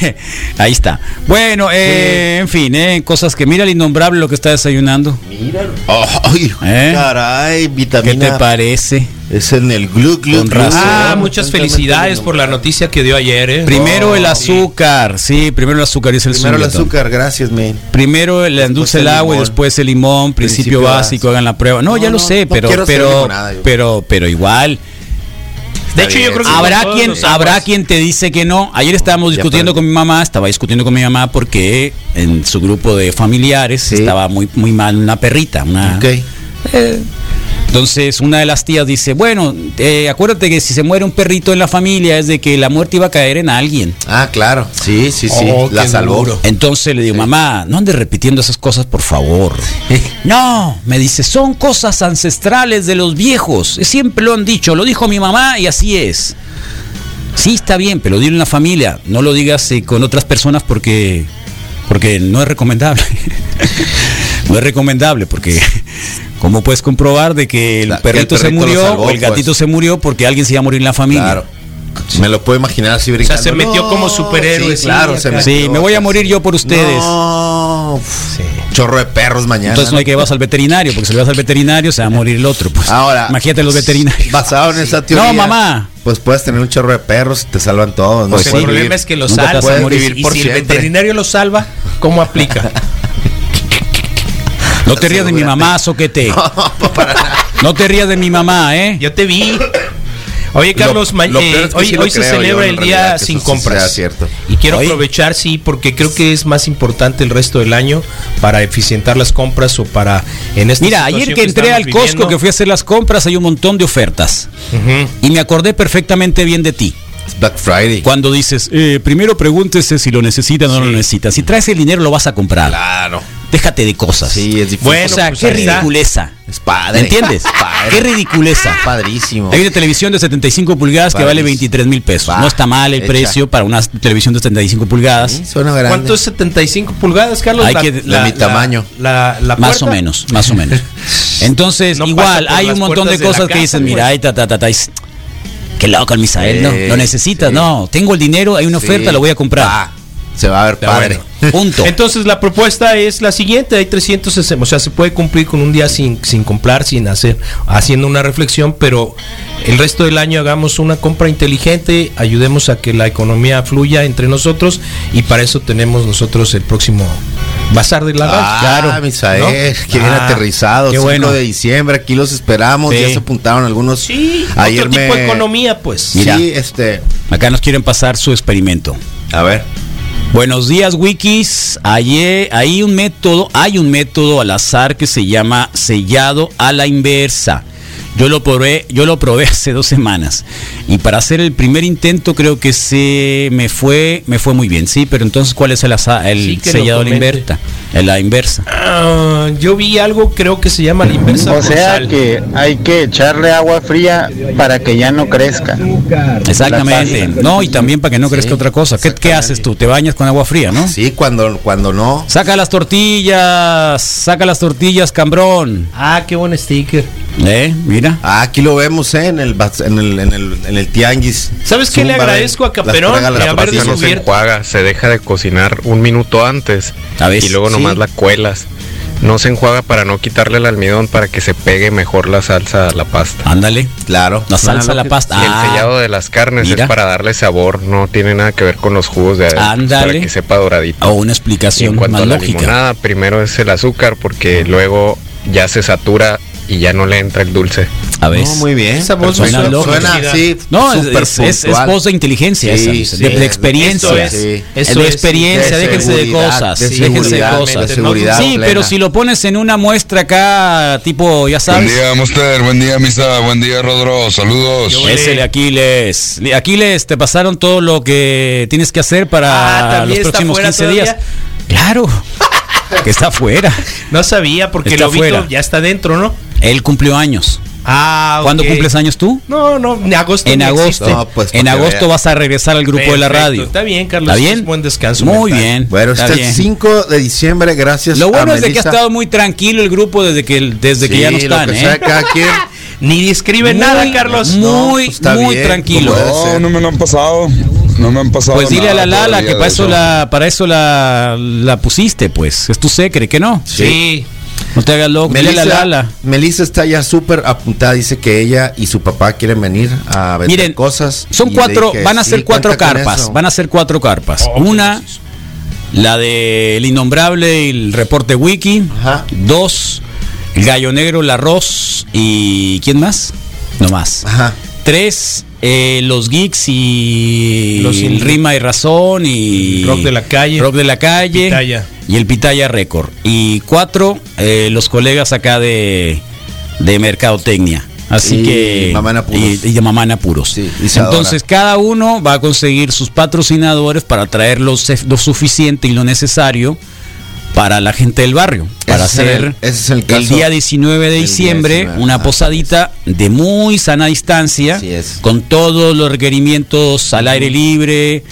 S6: Eh, ahí está. Bueno, eh, en fin, eh, cosas que mira el innombrable lo que está desayunando.
S11: Mira. Ay, caray, vitamina.
S6: ¿Eh? ¿Qué te parece?
S11: Es en el glu glu.
S6: Con
S11: glu.
S6: razón.
S1: Ah, muchas felicidades por la noticia que dio ayer. ¿eh?
S6: Primero el azúcar, sí, primero el azúcar es el
S11: Primero el
S6: Zungetón.
S11: azúcar, gracias, men.
S6: Primero le endulce
S11: el
S6: el agua y
S11: limón.
S6: después el limón, principio,
S11: Principio
S6: básico, hagan la prueba. No,
S11: No,
S6: ya lo
S11: no,
S6: sé,
S11: no
S6: pero
S11: quiero hacer
S6: pero
S11: limonada, yo.
S6: pero pero igual.
S1: De hecho, yo creo que
S6: habrá
S1: todos
S6: quien
S1: los aguas-
S6: habrá quien te dice que no. Ayer estábamos
S11: Ya
S6: discutiendo con mi mamá, estaba discutiendo con mi mamá porque en su grupo de familiares estaba muy muy mal una perrita, una Eh, entonces una de las tías dice, bueno, eh, acuérdate que si se muere un perrito en la familia es de que la muerte iba a caer en alguien.
S11: Ah, claro. Sí, sí, sí.
S6: Oh,
S11: la
S6: qué
S11: salvó.
S6: duro. Entonces le digo, mamá, no andes repitiendo esas cosas, por favor. no, me dice, son cosas ancestrales de los viejos. eh, Siempre lo han dicho, lo dijo mi mamá y así es. Sí, está bien, pero dilo en la familia. No lo digas eh, con otras personas porque, porque no es recomendable. no es recomendable porque... ¿Cómo puedes comprobar de que el
S11: La- que el
S6: perrito se
S11: perrito lo
S6: murió
S11: salvó,
S6: o el gatito
S11: pues.
S6: se murió porque alguien se iba a morir en la familia?
S11: Claro. Me lo puedo imaginar así brincando.
S1: se metió como superhéroe,
S11: Sí, claro,
S1: sí,
S11: se
S1: acá.
S11: metió.
S6: Sí, me voy a morir yo por ustedes.
S11: No, pf, Chorro de perros mañana.
S6: Entonces no hay que vas al veterinario, porque si le vas al veterinario se va a morir el otro. Pues.
S11: Ahora,
S6: Imagínate los veterinarios.
S11: basado en esa teoría.
S6: No, mamá.
S11: Pues puedes tener un chorro de perros y te salvan todos.
S1: Pues el
S11: Puedes
S1: problema
S11: vivir-
S1: es que lo
S11: nunca te
S1: salva.
S11: puedes
S1: y-
S11: vivir
S1: y
S11: por
S1: si el
S11: siempre.
S1: veterinario lo salva, ¿cómo aplica?
S6: No te rías de mi mamá, soquete. No te rías de mi mamá, ¿eh?
S1: Yo te vi. Oye,
S11: Lo-
S1: Carlos, ma-
S11: lo
S1: eh,
S11: peor es que
S1: hoy,
S11: sí lo
S1: hoy se
S11: creo yo,
S1: celebra
S11: en
S1: el
S11: realidad,
S1: día
S11: que
S1: sin
S11: eso sí sea
S1: compras.
S11: cierto.
S1: Y quiero
S11: Hoy-
S1: aprovechar, sí, porque creo que es más importante el resto del año para eficientar las compras o para en esta
S6: Mira, ayer
S1: situación
S6: que entré al
S1: estamos
S6: Costco,
S1: viviendo.
S6: que fui a hacer las compras, hay un montón de ofertas. Y me acordé perfectamente bien de ti.
S11: Black Friday.
S6: Cuando dices, eh, primero pregúntese si lo necesitan o no lo necesitan. Si traes el dinero, lo vas a comprar.
S11: Claro.
S6: Déjate de cosas.
S11: Sí, es difícil.
S6: o sea,
S1: pues
S6: qué
S11: ahí está.
S6: ridiculeza.
S11: Es padre.
S6: ¿Me entiendes?
S11: Padre.
S6: Qué ridiculeza.
S11: Padrísimo.
S6: Hay una televisión de 75 pulgadas que
S11: Vale.
S6: vale 23 mil pesos. no está mal el
S11: hecha.
S6: precio para una televisión de 75 pulgadas.
S11: Suena grande.
S1: ¿Cuánto es 75 pulgadas, Carlos?
S6: Hay que- de mi tamaño.
S1: La, la
S6: más
S1: puerta.
S6: o menos, más o menos. Entonces,
S1: No
S6: igual,
S1: pasa por
S6: hay
S1: las
S6: un montón de
S1: puertas de la
S6: cosas que
S1: casa,
S6: dicen,
S1: pues.
S6: mira, ay, ta, ta, ta, ta, es- qué loco el Misael, no,
S11: Sí,
S6: lo necesitas, no, tengo el dinero, hay una
S11: Sí.
S6: oferta, lo voy a comprar.
S11: Se va a ver
S6: Pero
S11: padre.
S6: bueno, punto.
S1: Entonces la propuesta es la siguiente, hay 360, o sea, se puede cumplir con un día sin, sin comprar, sin hacer, haciendo una reflexión, pero el resto del año hagamos una compra inteligente, ayudemos a que la economía fluya entre nosotros y para eso tenemos nosotros el próximo Bazar de la radio,
S11: Ah,
S1: ¿no?
S11: Misael, qué bien
S1: Ah,
S11: aterrizado.
S1: qué
S11: 5
S1: bueno.
S11: de diciembre, aquí los esperamos.
S6: Sí.
S11: Ya se apuntaron algunos.
S1: Sí,
S11: ayer
S1: otro tipo
S11: me-
S1: de economía, pues.
S6: Mira.
S11: Sí, este.
S6: Acá nos quieren pasar su experimento.
S11: A ver.
S6: Buenos días, wikis. Ayer, hay un método, hay un método al azar que se llama sellado a la inversa. Yo lo probé, yo lo probé hace dos semanas. Y para hacer el primer intento creo que se me fue, me fue muy bien, sí, pero entonces cuál es el, aza- el
S1: Sí, que lo
S6: sellado a la
S1: comente.
S6: inversa. A la inversa.
S1: Ah, yo vi algo, creo que se llama la inversa.
S16: O sea
S1: Gonzalo.
S16: que hay que echarle agua fría para que ya no crezca.
S6: Exactamente. No, y también para que no crezca otra cosa. ¿Qué, qué haces tú? Te bañas con agua fría, ¿no?
S11: Sí, cuando, cuando no.
S6: Saca las tortillas, saca las tortillas, cambrón.
S1: Ah, qué buen sticker.
S6: Eh, mira.
S11: Ah, aquí lo vemos, eh, en el, bas- en el, en el, en el tianguis.
S1: ¿Sabes qué le
S11: Zumba de-
S1: agradezco a
S11: las
S1: Caperón
S11: traga la
S1: de haber
S11: pata, no sé.
S15: no se
S1: descubierto?
S15: enjuaga, se deja de cocinar un minuto antes
S6: A ver,
S15: y luego
S6: sí.
S15: nomás la cuelas. No se enjuaga para no quitarle el almidón para que se pegue mejor la salsa a la pasta.
S6: Ándale.
S11: Claro.
S6: La salsa, la pasta.
S15: Y el
S6: Ah.
S15: sellado de las carnes
S6: mira.
S15: es para darle sabor, no tiene nada que ver con los jugos de adentro, es
S6: Ándale.
S15: para que sepa doradito.
S6: o una
S15: Y en
S6: explicación
S15: cuanto
S6: más
S15: a la
S6: lógica.
S15: limonada, primero es el azúcar porque luego ya se satura y ya no le entra el dulce.
S6: A ver.
S11: No, muy bien.
S1: Esa voz
S6: Suena
S1: me
S6: loco.
S11: Suena así.
S6: No, es,
S11: súper
S6: es, es- es
S11: puntual.
S6: voz de inteligencia,
S11: Sí,
S6: esa,
S11: sí,
S6: de, de
S11: es-
S1: esto
S6: experiencia.
S1: es,
S6: Sí.
S1: eso
S6: de
S1: es,
S6: experiencia,
S11: de
S6: déjense de
S11: seguridad,
S6: cosas.
S11: de
S6: sí, déjense de
S11: seguridad,
S6: cosas.
S11: de seguridad
S6: sí,
S11: plena.
S6: pero si lo pones en una muestra acá, tipo, ya
S17: Buen
S6: sabes.
S17: día, Monster. Buen día, Misa. Buen día, Rodro. Saludos.
S6: Es el Aquiles. Li- Aquiles, te pasaron todo lo que tienes que hacer
S1: Ah,
S6: para los
S1: ¿también está
S6: próximos
S1: fuera
S6: 15
S1: todavía?
S6: días. Claro, que está afuera.
S1: No sabía porque
S6: Está
S1: el lobito
S6: afuera.
S1: ya está dentro, ¿no?
S6: Él cumplió años.
S1: Ah,
S6: ¿Cuándo
S1: ok.
S6: cumples años tú?
S1: No, no, en agosto.
S6: En
S1: ni
S6: agosto.
S1: existe.
S11: No, pues,
S6: en
S11: para que
S6: agosto
S11: vea.
S6: vas a regresar al grupo de la
S1: Perfecto,
S6: radio.
S1: Está bien, Carlos.
S6: ¿Está bien?
S1: es buen descanso.
S6: Muy
S1: mental.
S6: bien.
S11: Bueno,
S6: está
S11: está el
S6: bien.
S11: 5 de diciembre, gracias
S6: Lo bueno
S11: a
S6: es de que ha
S11: Melissa.
S6: estado muy tranquilo el grupo desde que el- desde que
S11: Sí,
S6: ya no
S11: lo
S6: están,
S11: que
S6: ¿eh?
S11: sea, cada quien.
S1: Ni describe nada, Carlos.
S6: Muy,
S11: pues está
S6: muy
S11: bien,
S6: tranquilo.
S11: como debe
S17: No,
S11: ser.
S17: no me lo han pasado. no me han pasado
S6: Pues dile a
S17: nada
S6: la Lala
S17: todavía
S6: que
S17: de
S6: para eso, la, para eso la, la pusiste, pues. Es tu secre, ¿que no?
S11: Sí.
S6: No te hagas loco. Dile a la Lala.
S11: Melissa está ya súper apuntada. Dice que ella y su papá quieren venir a vender
S6: Miren,
S11: cosas.
S6: Son
S11: y le
S6: cuatro,
S11: dije,
S6: van a
S11: sí,
S6: ser cuatro
S11: cuenta con
S6: carpas.
S11: eso.
S6: Van a ser cuatro carpas. Una, la del innombrable y el reporte wiki. Dos, el gallo negro, el arroz y ¿quién más? No más. Tres, eh, los geeks y
S1: Los
S6: el
S1: indios.
S6: rima y razón y
S1: Rock de la calle.
S6: Rock de la calle.
S1: Pitaya.
S6: Y el Pitaya Record. Y cuatro, eh, los colegas acá de, de Mercadotecnia. Así
S11: Y
S6: que.
S11: Mamá en Apuros.
S6: Y, y de Mamá en Apuros.
S11: Isadora.
S6: Entonces, cada uno va a conseguir sus patrocinadores para traer lo, se- lo suficiente y lo necesario para la gente del barrio. Para
S11: Ese es el-
S6: hacer
S11: ese es el caso
S6: día 19 de
S11: del
S6: diciembre
S11: 19,
S6: una
S11: ajá.
S6: posadita de muy sana distancia, con todos los requerimientos al aire libre.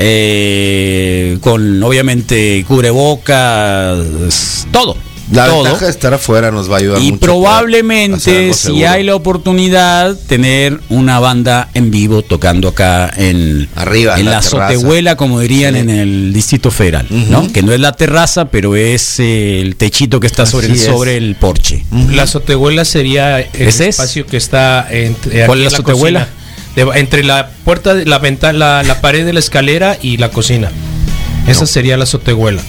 S6: eh, con obviamente cubrebocas, todo.
S11: La
S6: todo.
S11: ventaja de estar afuera nos va a ayudar
S6: Y
S11: mucho. hacer
S6: probablemente,
S11: algo
S6: si
S11: seguro.
S6: hay la oportunidad, tener una banda en vivo tocando acá en,
S11: Arriba, en
S6: en
S11: la
S6: la,
S11: terraza.
S6: azotehuela, como dirían en el Distrito Federal, ¿no? Que no es la terraza, pero es eh, el techito que está sobre,
S1: Así es.
S6: el, sobre el porche.
S1: La azotehuela sería el
S6: ¿Ese es?
S1: espacio que está entre
S6: ¿Cuál
S1: aquí
S6: es la
S1: en
S6: azotehuela?
S1: cocina. Deba- entre la puerta, de- la ventana, la, la pared de la escalera y la cocina. Esa sería la azotehuela.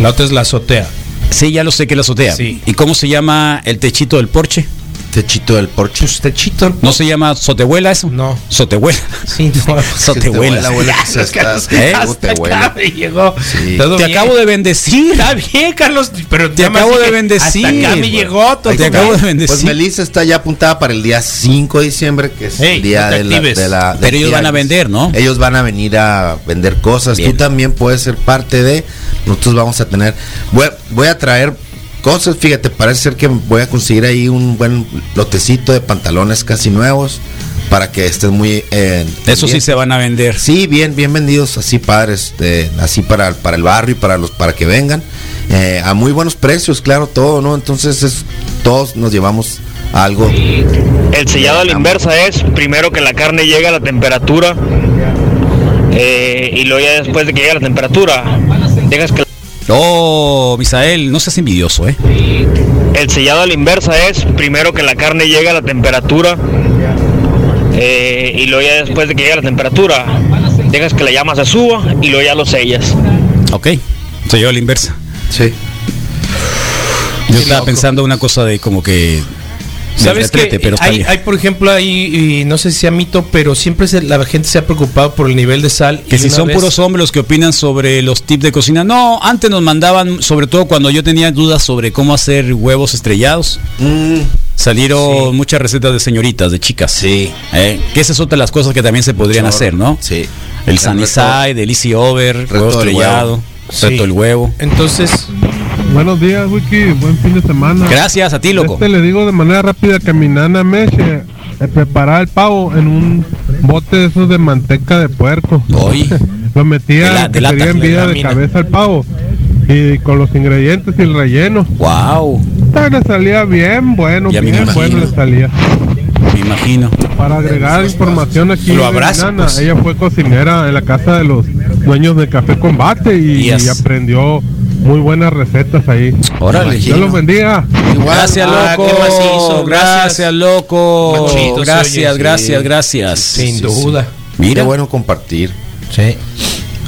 S1: La otra es la azotea.
S6: Sí, ya lo sé que la azotea.
S1: Sí.
S6: ¿Y cómo se llama el techito del porche?
S11: Techito del porche.
S1: techito
S6: ¿No se llama sotehuela eso?
S1: No.
S6: Sotehuela.
S1: Sí, no. pues,
S6: Sotehuela.
S11: Abuela, este, abuela, que se está-
S6: ¿Eh?
S11: Puta, abuela.
S1: llegó.
S11: Sí.
S6: Te acabo de bendecir.
S1: Está bien, Carlos, pero
S6: Te
S1: llamas
S6: acabo
S1: así
S6: de
S1: que
S6: bendecir.
S1: Hasta acá me
S6: güey.
S1: llegó.
S11: Ahí
S6: Te
S11: está.
S6: acabo de bendecir.
S11: Pues Melissa está ya apuntada para el día 5 de diciembre, que es
S6: Ey,
S11: el día
S6: no te
S11: de la,
S6: actives.
S11: de la- del
S6: Pero ellos
S11: día.
S6: van a vender, ¿no?
S11: Ellos van a venir a vender cosas.
S6: Bien.
S11: Tú también puedes ser parte de. Nosotros vamos a tener. Voy, voy a traer cosas. Fíjate, parece ser que voy a conseguir ahí un buen lotecito de pantalones casi nuevos para que estén muy. eh,
S6: Eso sí
S11: bien.
S6: se van a vender.
S11: Sí, bien, bien vendidos, así padres, de- así para, para el barrio y para los para que vengan. eh, a muy buenos precios, claro, todo, ¿no? Entonces es- todos nos llevamos algo.
S18: El sellado a la inversa es primero que la carne llega a la temperatura eh, y luego ya después de que llega a la temperatura dejas que
S6: Oh, Misael, no seas envidioso, ¿eh?
S18: el sellado a la inversa es primero que la carne llega a la temperatura eh, y luego ya después de que llega a la temperatura dejas que la llama se suba y luego ya lo sellas.
S6: Ok, soy yo a la inversa.
S11: Sí.
S6: Yo estaba pensando una cosa de como que. de
S1: ¿Sabes qué?
S6: retrete, pero está
S1: hay,
S6: bien.
S1: hay, por ejemplo, ahí, y no sé si sea mito, pero siempre se- la gente se ha preocupado por el nivel de sal.
S6: Que
S1: y
S6: si
S1: una
S6: son
S1: vez-
S6: puros hombres los que opinan sobre los tips de cocina. No, antes nos mandaban, sobre todo cuando yo tenía dudas sobre cómo hacer huevos estrellados.
S11: Mm.
S6: Salieron muchas recetas de señoritas, de chicas. ¿Eh?
S11: Sí.
S6: Que esa es otra de las cosas que también se podrían
S11: Chorro.
S6: hacer, ¿no?
S11: Sí.
S6: El
S11: El reto-
S6: Sanisai, del Easy Over, huevo
S11: del
S6: estrellado,
S11: huevo.
S6: reto el huevo.
S1: Entonces,
S19: Buenos días, Wiki. Buen fin de semana.
S6: Gracias, a ti, loco.
S19: Este le digo de manera rápida que mi nana Meche eh, preparaba el pavo en un bote de esos de manteca de puerco.
S6: Oye.
S19: Lo metía
S6: De la- de
S19: que
S6: lata,
S19: sería en
S6: de
S19: vida de
S6: lámina.
S19: cabeza al pavo. Y con los ingredientes y el relleno.
S6: ¡Wow!
S19: Le salía bien bueno,
S6: Ya me
S19: bien bueno
S6: imagino.
S19: le salía.
S6: Me imagino.
S19: Para agregar información aquí,
S6: Lo
S19: de
S6: abrazo,
S19: mi nana,
S6: pues.
S19: ella fue cocinera en la casa de los dueños de Café Combate y,
S6: Yes.
S19: y aprendió muy buenas recetas ahí.
S6: Órale.
S19: Dios los bendiga.
S6: Gracias,
S19: Ah,
S6: loco.
S19: qué macizo,
S6: Gracias,
S19: gracias.
S6: loco.
S19: Machito se
S6: gracias,
S19: oye,
S6: gracias,
S19: sí.
S6: gracias.
S11: Sí, sí, sí. Qué
S6: Mira.
S11: bueno compartir.
S1: Sí.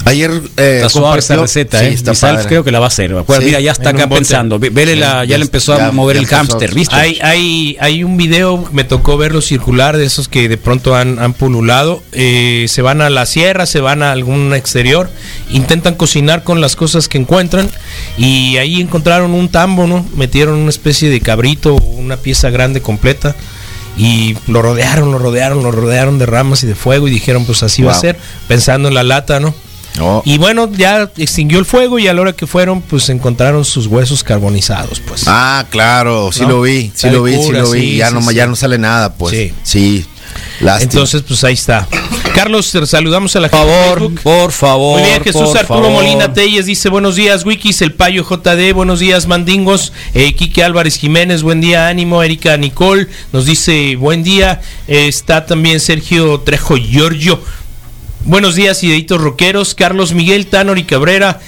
S11: Ayer eh,
S6: Está suave esa
S11: compartió-
S6: receta,
S11: Sí,
S6: ¿eh?
S11: está
S6: Misael
S11: padre.
S6: creo que la va a hacer. Acuérdate,
S11: Sí.
S6: Mira, ya está
S11: En
S6: acá
S11: un bote.
S6: pensando. Ve- Vele, la,
S11: Sí,
S6: ya
S11: ya-
S6: le empezó a
S11: ya-
S6: mover
S11: ya
S6: el
S11: empezó.
S6: hámster, ¿viste?
S1: Hay, hay, hay un video, me tocó verlo circular, de esos que de pronto han, han pululado. eh, se van a la sierra, se van a algún exterior, intentan cocinar con las cosas que encuentran. Y ahí encontraron un tambo, ¿no? Metieron una especie de cabrito, una pieza grande completa. Y lo rodearon, lo rodearon, lo rodearon de ramas y de fuego. Y dijeron, pues así va a
S11: Wow. Oh.
S1: ser, pensando en la lata, ¿no?
S11: No.
S1: Y bueno, ya extinguió el fuego y a la hora que fueron, pues encontraron sus huesos carbonizados, pues.
S11: Ah, claro, sí
S1: ¿No?
S11: lo vi, sí
S1: Sabe
S11: lo vi, sí
S1: pura,
S11: lo vi.
S1: sí,
S11: ya,
S1: sí,
S11: no,
S1: sí.
S11: ya no sale nada, pues. Sí. Lástima.
S1: Entonces, pues ahí está. Carlos, te saludamos a la
S6: Por favor, por favor.
S1: Muy bien, Jesús
S6: por
S1: Arturo
S6: favor.
S1: Molina Telles dice buenos días, Wikis, el Payo JD, buenos días, Mandingos, eh, Quique Álvarez Jiménez, buen día, ánimo, Erika Nicole nos dice buen día, eh, está también Sergio Trejo Giorgio. Buenos días, ideitos roqueros. Carlos Miguel Tanori Cabrera.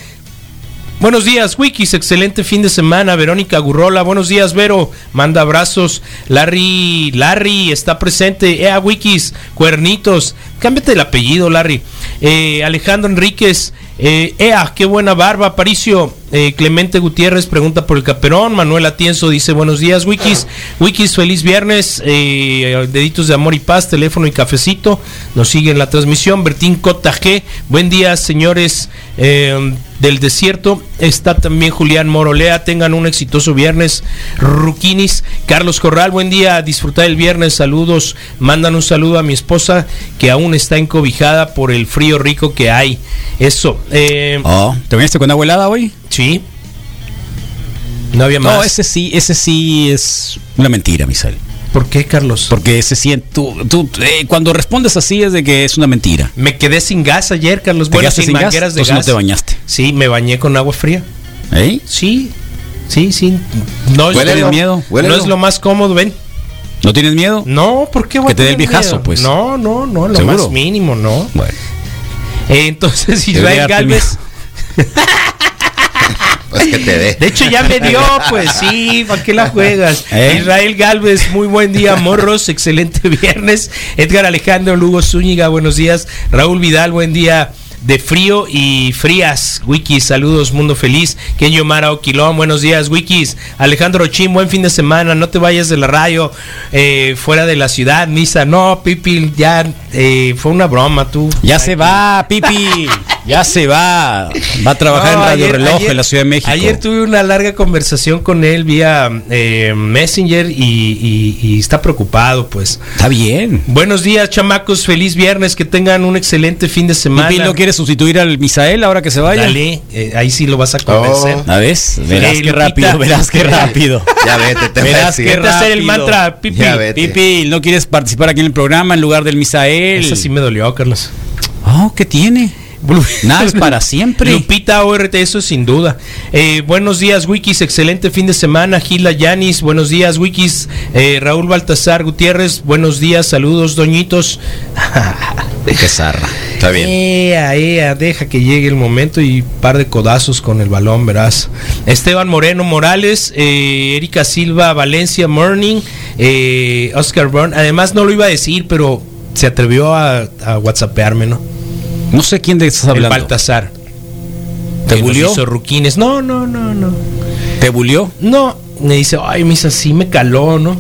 S1: Buenos días, Wikis. Excelente fin de semana. Verónica Gurrola. Buenos días, Vero. Manda abrazos. Larry, Larry está presente. Ea, Wikis. Cuernitos. Cámbiate el apellido, Larry. Eh, Alejandro Enríquez. Eh, Ea, qué buena barba, Paricio. Eh, Clemente Gutiérrez pregunta por el caperón. Manuel Atienzo dice buenos días, Wikis. Wikis, feliz viernes. Eh, deditos de amor y paz, teléfono y cafecito. Nos sigue en la transmisión. Bertín Cota G. Buen día, señores eh, del desierto. Está también Julián Morolea. Tengan un exitoso viernes. Ruquinis. Carlos Corral, buen día. Disfrutar el viernes. Saludos. Mandan un saludo a mi esposa que aún está encobijada por el frío rico que hay. Eso. eh,
S6: Oh, ¿Te viniste con abuelada hoy?
S1: Sí. No había más.
S6: No, ese sí, ese sí es una mentira, Misael.
S1: ¿Por qué, Carlos?
S6: Porque ese sí, tú, tú, eh, cuando respondes así es de que es una mentira.
S1: Me quedé sin gas ayer, Carlos.
S6: ¿Te
S1: Bueno,
S6: quedaste
S1: sin,
S6: sin gas?
S1: mangueras de
S6: Entonces
S1: gas.
S6: no te bañaste.
S1: Sí, me bañé con agua fría.
S6: ¿Eh?
S1: Sí, sí, sí. No, es-
S6: Huélelo,
S1: no es-
S6: miedo, huélelo.
S1: no es lo más cómodo, ven.
S6: ¿No tienes miedo?
S11: Mm.
S1: No, ¿por qué voy
S6: Que te
S1: a
S6: dé el
S1: tener
S6: viejazo,
S1: miedo?
S6: pues.
S1: No, no, no, lo
S6: ¿Seguro?
S1: más mínimo, no.
S6: Bueno.
S1: Eh, entonces, Israel
S6: darte
S1: Galvez.
S11: Pues que te dé.
S1: De hecho, ya me dio, pues sí, ¿para qué la juegas?
S11: ¿Eh?
S1: Israel Galvez, muy buen día, morros, excelente viernes. Edgar Alejandro Lugo Zúñiga, buenos días. Raúl Vidal, buen día. De frío y frías, Wikis, saludos, mundo feliz. Kenyo Mara Oquilón, buenos días, Wikis. Alejandro Chin, buen fin de semana, no te vayas de la radio, eh, fuera de la ciudad, misa. No, Pipi, ya eh, fue una broma, tú.
S6: Ya se va, Pipi. Ya se va. Va a trabajar
S1: No,
S6: en Radio
S1: ayer-
S6: Reloj
S1: ayer-
S6: en la Ciudad de México.
S1: Ayer tuve una larga conversación con él vía eh, Messenger y, y- y está preocupado, pues.
S6: Está bien.
S1: Buenos días, chamacos. Feliz viernes. Que tengan un excelente fin de semana.
S6: Pipi no quiere sustituir al Misael ahora que se vaya.
S1: Dale, eh, ahí sí lo vas a convencer.
S6: Oh. ¿La ves? Verás
S1: Eh,
S6: qué
S1: Lupita.
S6: rápido, verás qué rápido.
S11: Ya vete, te voy a
S6: Verás
S11: decir.
S6: qué
S11: Vete a hacer el
S6: rápido.
S11: mantra, Pipi. Ya vete.
S6: Pipi, no quieres participar aquí en el programa en lugar del Misael.
S1: Esa sí me dolió, Carlos.
S6: Oh, ¿qué tiene? Nada es para siempre.
S1: Lupita ORT, eso sin duda. Eh, buenos días, Wikis. Excelente fin de semana. Gila Yanis, buenos días, Wikis. Eh, Raúl Baltasar Gutiérrez, buenos días. Saludos, doñitos.
S6: Qué zarra.
S11: Está bien.
S1: Ea, ea, Eh, ah, deja que llegue el momento y par de codazos con el balón, verás. Esteban Moreno Morales, eh, Erika Silva, Valencia Morning, eh, Oscar Burn. Además, no lo iba a decir, pero se atrevió a, a whatsappearme, ¿no?
S6: No sé quién de estás
S1: El
S6: hablando.
S1: Baltasar.
S6: ¿Te
S1: Que nos
S6: bulió?
S1: hizo ruquines. No, no, no, no.
S6: ¿Te bulió?
S1: No, me dice, ay, me dice, sí me caló, ¿no?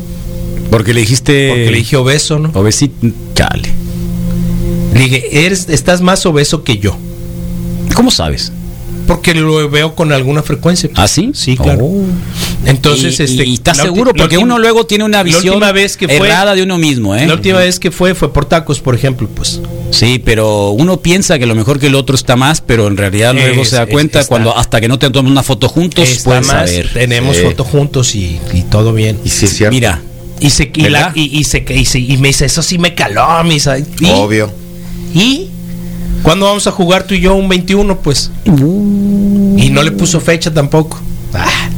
S6: Porque le dijiste.
S1: Porque le dije obeso, ¿no?
S6: Obesito. Chale.
S1: Le dije, eres, estás más obeso que yo.
S6: ¿Cómo sabes?
S1: Porque lo veo con alguna frecuencia.
S6: ¿Ah, sí?
S1: Sí, claro.
S6: Oh.
S1: Entonces,
S6: Y-
S1: este.
S6: y estás
S1: la ulti-
S6: seguro,
S1: la
S6: porque
S1: ulti-
S6: uno luego tiene una
S1: la
S6: visión
S1: última vez que fue-
S6: errada de uno mismo, ¿eh?
S1: La última vez que fue fue por tacos, por ejemplo, pues.
S6: Sí, pero uno piensa que lo mejor que el otro está más, pero en realidad luego
S1: Es-
S6: se da
S1: es-
S6: cuenta
S1: está.
S6: cuando hasta que no te tomen una foto juntos,
S1: Está
S6: puedes
S1: más,
S6: saber.
S1: Tenemos
S6: Sí.
S1: fotos juntos y, y todo bien.
S11: Y sí es cierto.
S6: Mira,
S1: Y se y, la-
S6: ¿Verdad?
S1: y, y se y, se- y me dice, eso sí me caló, me dice, ¿y?
S11: Obvio.
S1: ¿Y? ¿Cuándo vamos a jugar tú y yo un 21, pues? Y no le puso fecha tampoco. Ah.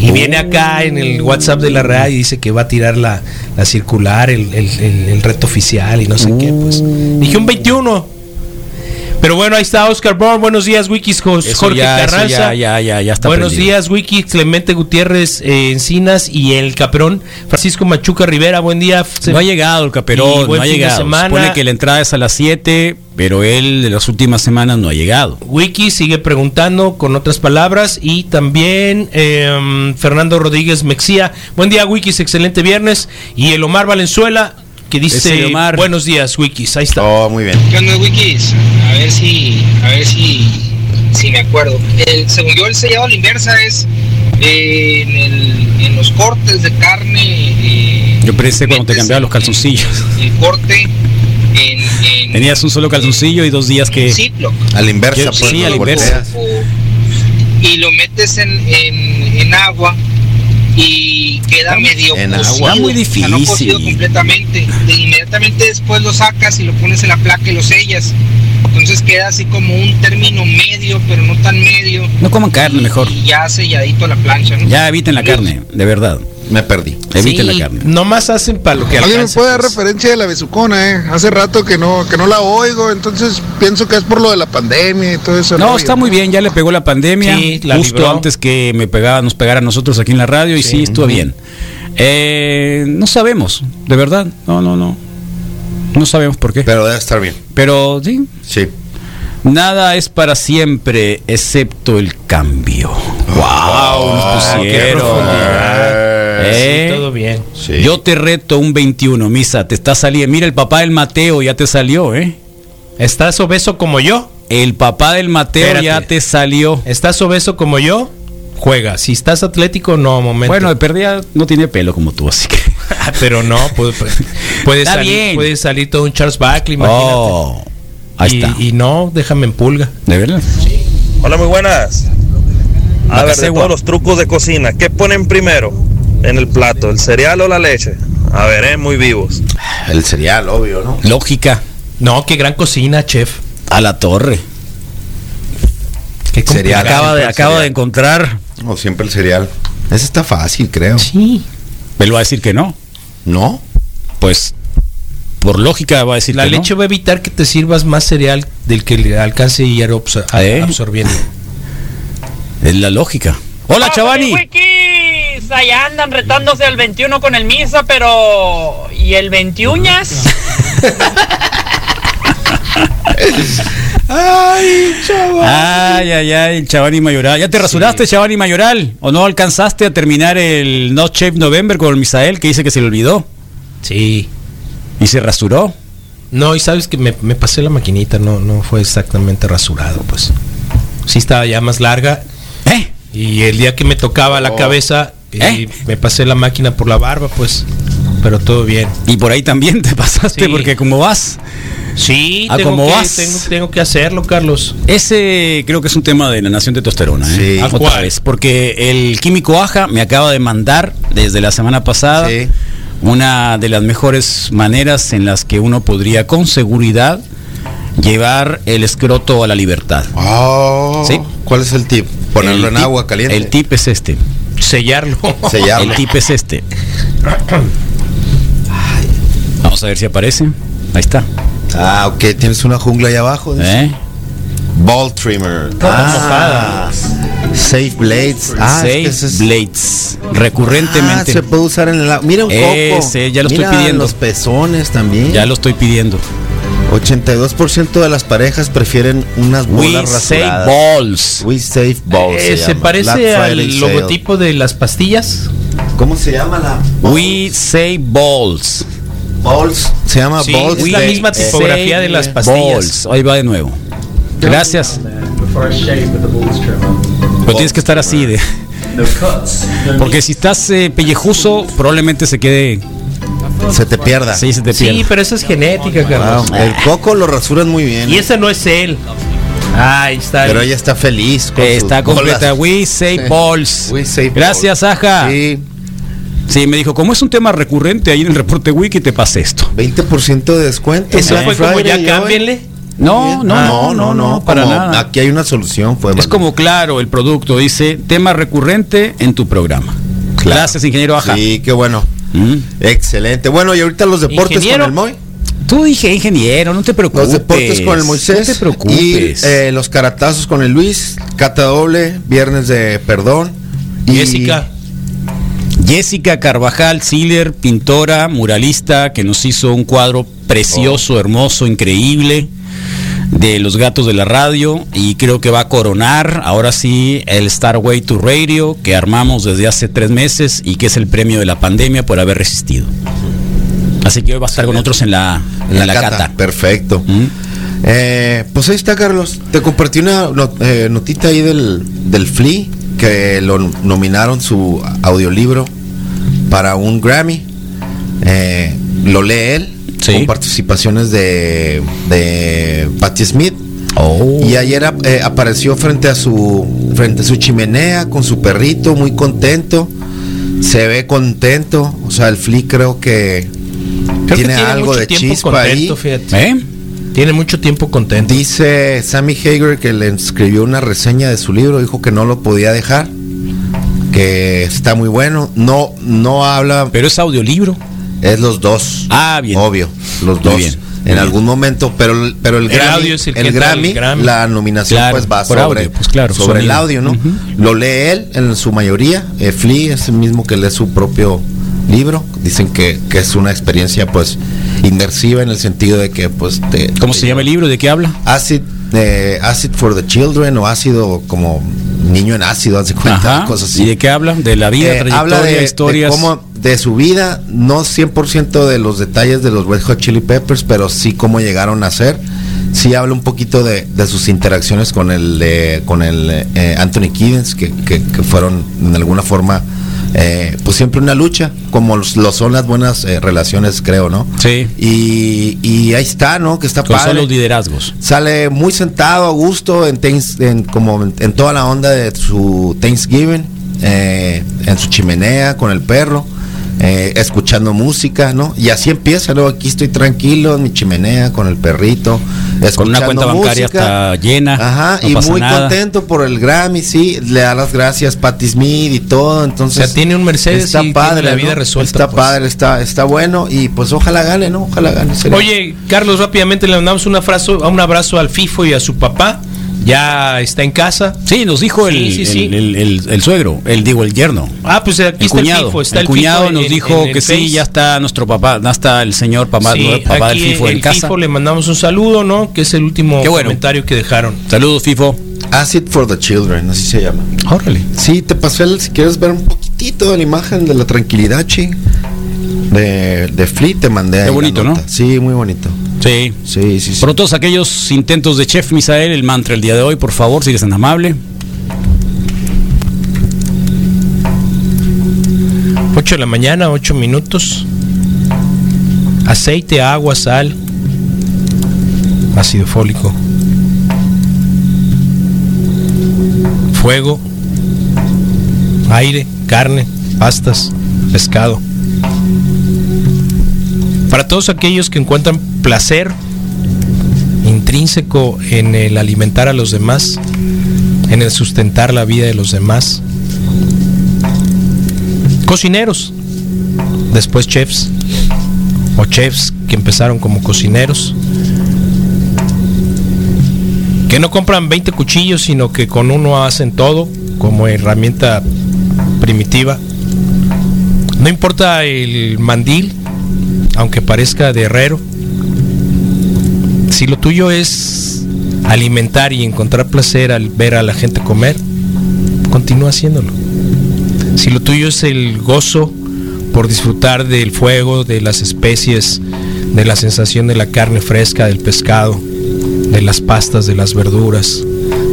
S1: Y viene acá en el WhatsApp de la RAE y dice que va a tirar la, la circular, el, el- el- el reto oficial y no sé qué, pues. Dije un 21. Pero bueno, ahí está Oscar Born. Buenos días, Wikis. Jos-
S6: Eso
S1: Jorge
S6: ya, eso
S1: Carranza.
S6: ya, ya, ya, ya está
S1: Buenos
S6: aprendido.
S1: días, Wiki, Clemente Gutiérrez, eh, Encinas y el Caperón. Francisco Machuca Rivera, buen día.
S6: No ha llegado el
S1: Y
S6: caperón,
S1: buen
S6: no ha
S1: fin de
S6: llegado.
S1: semana.
S6: Supone que la entrada es a las 7, pero él de las últimas semanas no ha llegado.
S1: Wiki sigue preguntando con otras palabras y también eh, Fernando Rodríguez Mexía. Buen día, Wikis, excelente viernes. Y el Omar Valenzuela que
S6: Ese
S1: dice
S6: Omar.
S1: buenos días, Wikis. Ahí está.
S11: Oh, muy bien.
S20: ¿Qué onda, Wikis? A ver si, a ver si, si me acuerdo. El, según yo, el sellado a la inversa es eh, en, el- en los cortes de carne, eh,
S6: Yo pensé cuando te cambiaba los calzoncillos.
S20: el corte en, en
S6: Tenías un solo calzoncillo y dos días que.
S20: Ziploc.
S11: A la inversa,
S6: Yo-
S11: pues,
S6: sí, a la
S11: lo
S6: inversa.
S11: volteas.
S20: o- y lo metes en, en- en agua y queda medio
S11: en agua.
S20: cocido,
S6: Está muy
S20: o sea, no cocido
S6: difícil.
S20: completamente. De inmediatamente después lo sacas y lo pones en la placa y lo sellas. Entonces queda así como un término medio, pero no tan medio,
S6: No coman carne mejor.
S20: y ya selladito a la plancha, ¿no?
S6: Ya eviten la carne, de verdad.
S11: me perdí.
S6: Evite la carne.
S1: Nomás hacen para lo que
S21: Alguien me
S1: alcanza,
S21: puede dar
S1: pues.
S21: referencia de la besucona, ¿eh? Hace rato que no, que no la oigo, entonces pienso que es por lo de la pandemia y todo eso.
S6: No, está muy bien, ya le pegó la pandemia.
S21: Sí, la
S6: justo
S21: libró.
S6: antes que me pegaba, nos pegara a nosotros aquí en la radio y sí, estuvo bien. Eh, no sabemos, de verdad. No, no, no. No sabemos por qué.
S11: Pero debe estar bien.
S6: Pero sí.
S11: Sí.
S6: Nada es para siempre excepto el cambio. Wow, nos
S1: Ah, qué
S6: pusieron.
S1: profundidad.
S6: Eh.
S1: Sí, todo bien.
S6: Yo te reto un 21, Misa. Te está saliendo. Mira, el papá del Mateo ya te salió, ¿eh?
S1: ¿Estás obeso como yo?
S6: El papá del Mateo
S1: Espérate.
S6: ya te salió.
S1: ¿Estás obeso como yo? Juega. Si estás atlético, no, momento.
S6: Bueno, de perdida no tiene pelo como tú, así que.
S1: Ah, Pero no, puede, puede- puede
S6: Está
S1: salir,
S6: bien.
S1: puede salir todo un Charles Barkley, imagínate.
S6: Oh, ahí
S1: Y-
S6: está.
S1: Y, no, déjame en pulga.
S6: ¿De verdad?
S22: Hola, muy buenas. A ver, de todos los trucos de cocina, ¿qué ponen primero en el plato? ¿El cereal o la leche? A ver, eh, muy vivos.
S11: El cereal, obvio, ¿no?
S6: Lógica.
S1: No, qué gran cocina, chef.
S6: A la torre.
S1: Qué
S11: Cereal.
S6: Acaba
S11: Siempre
S6: de,
S11: el
S6: acaba de
S11: cereal.
S6: encontrar.
S11: No, siempre el cereal. Ese está fácil, creo.
S1: Sí.
S6: Él va a decir que no.
S11: ¿No?
S6: Pues, por lógica va a decir
S1: La
S6: que no.
S1: leche va a evitar que te sirvas más cereal del que le alcance y ir absor- a-
S6: ¿Eh?
S1: absorbiendo.
S6: Es la lógica. Hola, Chavani.
S23: Ah, Wikis, allá andan retándose el 21 con el Misa, pero. ¿Y el 21
S1: Ay, chaval.
S6: Ay, ay, ay, Chavani Mayoral. ¿Ya te rasuraste, Chavani Mayoral? ¿O no alcanzaste a terminar el No Shape November con el Misael que dice que se le olvidó?
S1: Sí.
S6: ¿Y se rasuró?
S1: No, y sabes que me, me pasé la maquinita, no, no fue exactamente rasurado, pues. Sí estaba ya más larga.
S6: ¿Eh?
S1: Y el día que me tocaba la cabeza, y me pasé la máquina por la barba, pues. Pero todo bien.
S6: Y por ahí también te pasaste
S1: Sí.
S6: porque como vas.
S1: Sí,
S6: ¿A
S1: tengo,
S6: cómo
S1: que,
S6: vas?
S1: Tengo, tengo que hacerlo, Carlos.
S6: Ese creo que es un tema de la nación testosterona. ¿eh?
S1: ¿A
S6: Otra
S1: cuál?
S6: vez, porque el químico Aja me acaba de mandar desde la semana pasada una de las mejores maneras en las que uno podría con seguridad llevar el escroto a la libertad. ¿Sí?
S11: Oh. ¿Cuál es el tip? Ponerlo en
S6: tip-
S11: agua caliente.
S6: El tip es este.
S1: Sellarlo.
S11: Sellarlo.
S6: El tip es este. Vamos a ver si aparece. Ahí está.
S11: Ah, ok, tienes una jungla ahí abajo. dice.
S6: ¿Eh?
S11: Ball trimmer. Ah, safe blades. Ah, es que
S6: Seis
S11: ese es-
S6: blades.
S11: Ah,
S6: Recurrentemente.
S11: se puede usar en el agua. Mira un coco.
S6: Ese, ya lo estoy
S11: Mira
S6: pidiendo.
S11: Los pezones también.
S6: Ya lo estoy pidiendo.
S11: 82% de las parejas prefieren unas
S6: We
S11: bolas
S6: save
S11: rasuradas.
S6: balls.
S11: We save balls.
S1: Eh, se
S11: llama. Black
S1: parece
S11: Friday
S1: al
S11: sale.
S1: logotipo de las pastillas.
S11: ¿Cómo se llama la?
S6: We say balls.
S11: Balls. Se llama
S1: Sí,
S11: balls.
S1: es la
S11: de-
S1: misma
S11: eh,
S1: tipografía de las pastillas.
S6: Balls. Ahí va de nuevo. Gracias. Pero tienes que estar así de. Porque si estás eh, pellejuso, probablemente se quede.
S11: eh, Se te pierda.
S6: Sí, se te pierda.
S1: Sí, pero esa es genética,
S11: Wow,
S1: Carlos.
S11: El coco lo rasuran muy bien.
S1: Y ese no es él. Ah, Ahí está.
S11: Pero ella está feliz. con
S6: Eh,
S11: sus
S6: está completa.
S11: bolas.
S6: We say
S11: Sí.
S6: balls.
S11: We say
S6: Gracias, Aja.
S11: Sí.
S6: Sí, me dijo, como es un tema recurrente ahí en el reporte wiki, te pasa esto.
S11: 20% de descuento.
S1: Eso
S11: Black
S1: fue como
S11: Friday
S1: ya
S11: y hoy.
S1: cámbienle.
S6: No, no,
S11: Ah,
S6: no, no, no, para
S11: como
S6: nada.
S11: Aquí hay una solución. Fue
S6: Es como claro el producto, dice, tema recurrente en tu programa. Gracias, ingeniero Aja. Mm.
S11: Sí, qué bueno. Excelente. Bueno, y ahorita los deportes
S6: Ingeniero.
S11: con el Moy.
S6: Tú dije ingeniero, no te preocupes.
S11: Los deportes con el Moisés.
S6: No te preocupes.
S11: Y eh, los caratazos con el Luis. Cata doble. Viernes de perdón. Y
S1: Jessica.
S6: Jessica Carvajal, Siller, pintora, muralista, que nos hizo un cuadro
S11: Oh.
S6: precioso, hermoso, increíble de los gatos de la radio y creo que va a coronar ahora sí el Starway to Radio que armamos desde hace tres meses y que es el premio de la pandemia por haber resistido. Así que hoy va a estar con otros en la, en la cata.
S11: Perfecto. Eh, pues ahí está, Carlos. Te compartí una not- eh, notita ahí del, del Flea, que lo nominaron su audiolibro para un Grammy. Eh, lo lee él, con participaciones de, de Patti Smith.
S6: Oh.
S1: Oh.
S11: Y ayer ap- eh, apareció frente a su frente a su chimenea con su perrito, muy contento. Se ve contento. O sea, el Flea creo que
S1: Creo que
S11: tiene, algo
S1: mucho
S11: de
S1: tiempo
S11: chispa
S1: contento,
S11: ahí.
S1: fíjate.
S6: ¿Eh?
S1: Tiene mucho tiempo contento.
S11: Dice Sammy Hager que le escribió una reseña de su libro, dijo que no lo podía dejar. que está muy bueno. No, no habla.
S6: Pero es audiolibro.
S11: Es los dos.
S6: Ah, bien.
S11: Obvio, los dos.
S6: bien,
S11: en algún momento, pero, el- pero el,
S6: El
S11: Grammy,
S6: audio es el que
S11: el
S6: entra al
S11: Grammy,
S6: Grammy.
S11: la nominación
S6: Claro,
S11: pues va
S6: por
S11: sobre,
S6: audio, pues claro,
S11: sobre el
S6: sonido.
S11: audio, ¿no? Lo lee él en su mayoría, eh, Flea es el mismo que lee su propio libro, dicen que, que es una experiencia pues inmersiva en el sentido de que pues te...
S6: ¿Cómo se llama el libro? ¿De qué habla?
S11: Acid, eh, acid for the Children o ácido como niño en ácido, hace cuenta,
S6: Ajá.
S11: cosas así
S6: ¿Y de qué habla? De la vida,
S11: eh,
S6: trayectoria,
S11: habla de, de
S6: historias.
S11: cómo- de su vida, no 100% de los detalles de los Red Hot Chili Peppers, pero sí cómo llegaron a ser. Sí habla un poquito de, de sus interacciones con el eh, con el eh, Anthony Kiddens, que, que- que fueron en alguna forma eh, pues siempre una lucha, como los- lo son las buenas eh, relaciones, creo, ¿no?
S6: Sí.
S11: Y, y ahí está, ¿no? Que está
S6: ¿Cómo son
S11: padre.
S6: los liderazgos?
S11: Sale muy sentado, a gusto, en, Thanks- en- como en, en toda la onda de su Thanksgiving, eh, en su chimenea, con el perro, eh, escuchando música, ¿no? Y así empieza, luego aquí estoy tranquilo, en mi chimenea, con el perrito,
S6: Con una
S11: escuchando
S6: cuenta bancaria
S11: música.
S6: hasta llena.
S11: Ajá,
S6: no
S11: y
S6: pasa
S11: muy
S6: nada.
S11: contento por el Grammy, sí, le da las gracias Patti Smith y todo, entonces...
S1: O sea, tiene un Mercedes y
S11: está
S1: tiene
S11: padre,
S1: la vida
S11: ¿no?
S1: resuelta,
S11: Está
S1: pues.
S11: padre, está, está bueno y pues ojalá gane, ¿no? Ojalá gane. sería-
S1: Oye, Carlos, rápidamente le mandamos un abrazo, un abrazo al FIFO y a su papá. Ya está en casa.
S6: Sí, nos dijo el,
S1: Sí, sí, sí.
S6: El, el- el- el suegro, el digo, el yerno.
S1: Ah, pues aquí
S6: El
S1: está
S6: cuñado,
S1: el FIFO. Está
S6: el cuñado
S1: FIFO
S6: nos
S1: en-
S6: dijo
S1: en el
S6: que
S1: Face.
S6: sí, ya está nuestro papá, ya está el señor papá,
S1: Sí,
S6: no, papá del
S1: aquí
S6: FIFO en
S1: el
S6: casa.
S1: FIFO le mandamos un saludo, ¿no? Que es el último
S6: Qué bueno.
S1: comentario que dejaron.
S6: Saludos, FIFO.
S11: Acid for the Children, así se llama.
S6: Órale.
S11: Sí, te pasé el- si quieres ver un poquitito de la imagen de la tranquilidad, chi. De, de Flea te mandé. ahí
S6: Qué
S11: la
S6: bonito,
S11: nota.
S6: ¿no?
S11: Sí, muy bonito.
S6: Sí.
S11: Sí, sí, sí.
S6: Por todos aquellos intentos de Chef Misael, el mantra el día de hoy, por favor, si eres tan amable.
S1: 8 de la mañana, 8 minutos. Aceite, agua, sal, ácido fólico, fuego, aire, carne, pastas, pescado. Para todos aquellos que encuentran placer intrínseco en el alimentar a los demás, en el sustentar la vida de los demás, cocineros, después chefs, o chefs que empezaron como cocineros, que no compran 20 cuchillos, sino que con uno hacen todo como herramienta primitiva. No importa el mandil, aunque parezca de herrero, si lo tuyo es alimentar y encontrar placer al ver a la gente comer, continúa haciéndolo. Si lo tuyo es el gozo por disfrutar del fuego, de las especies, de la sensación de la carne fresca, del pescado, de las pastas, de las verduras,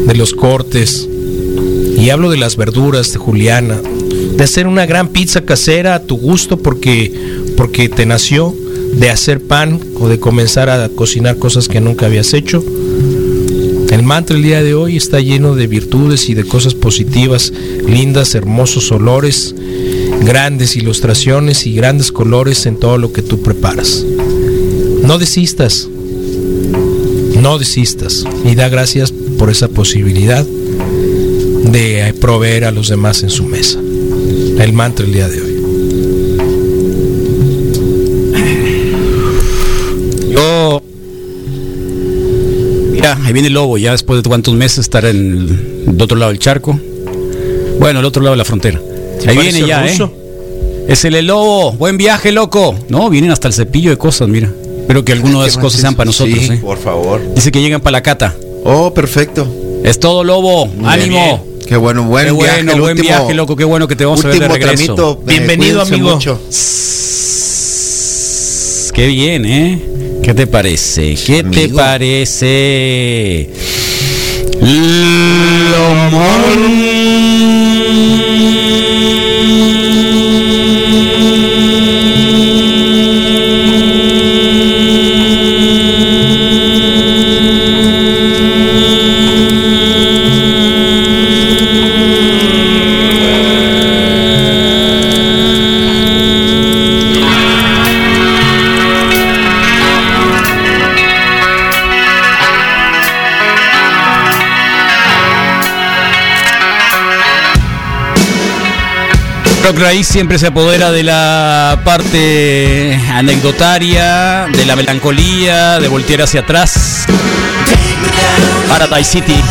S1: de los cortes, y hablo de las verduras de Juliana, de hacer una gran pizza casera a tu gusto porque, porque te nació, de hacer pan o de comenzar a cocinar cosas que nunca habías hecho. El mantra el día de hoy está lleno de virtudes y de cosas positivas, lindas, hermosos olores, grandes ilustraciones y grandes colores en todo lo que tú preparas. No desistas, no desistas y da gracias por esa posibilidad de proveer a los demás en su mesa. El mantra el día de hoy.
S6: Yo. Mira, ahí viene el lobo, ya después de cuántos meses estar en el otro lado del charco. Bueno, el otro lado de la frontera.
S1: Sí,
S6: ahí
S1: parece
S6: viene ya,
S1: ruso.
S6: ¿eh? Es el lobo, buen viaje, loco. No, vienen hasta el cepillo de cosas, mira. Espero que algunas de esas cosas sean para nosotros,
S11: Sí,
S6: ¿eh?
S11: por favor.
S6: Dice que llegan para la cata.
S11: Oh, perfecto.
S6: Es todo, lobo.
S11: Muy
S6: Ánimo.
S11: bien. Qué bueno, buen
S6: qué bueno,
S11: viaje. el
S6: buen
S11: último-
S6: viaje, loco. Qué bueno que te vamos a ver de
S11: último
S6: regreso.
S11: tramito, eh,
S1: Bienvenido,
S11: cuídense
S1: amigo.
S11: mucho.
S6: Qué bien, ¿eh? ¿Qué te parece? ¿Qué te parece?
S2: Thank you.
S6: Raíz siempre se apodera de la parte anecdotaria, de la melancolía, de voltear hacia atrás. Paradise City.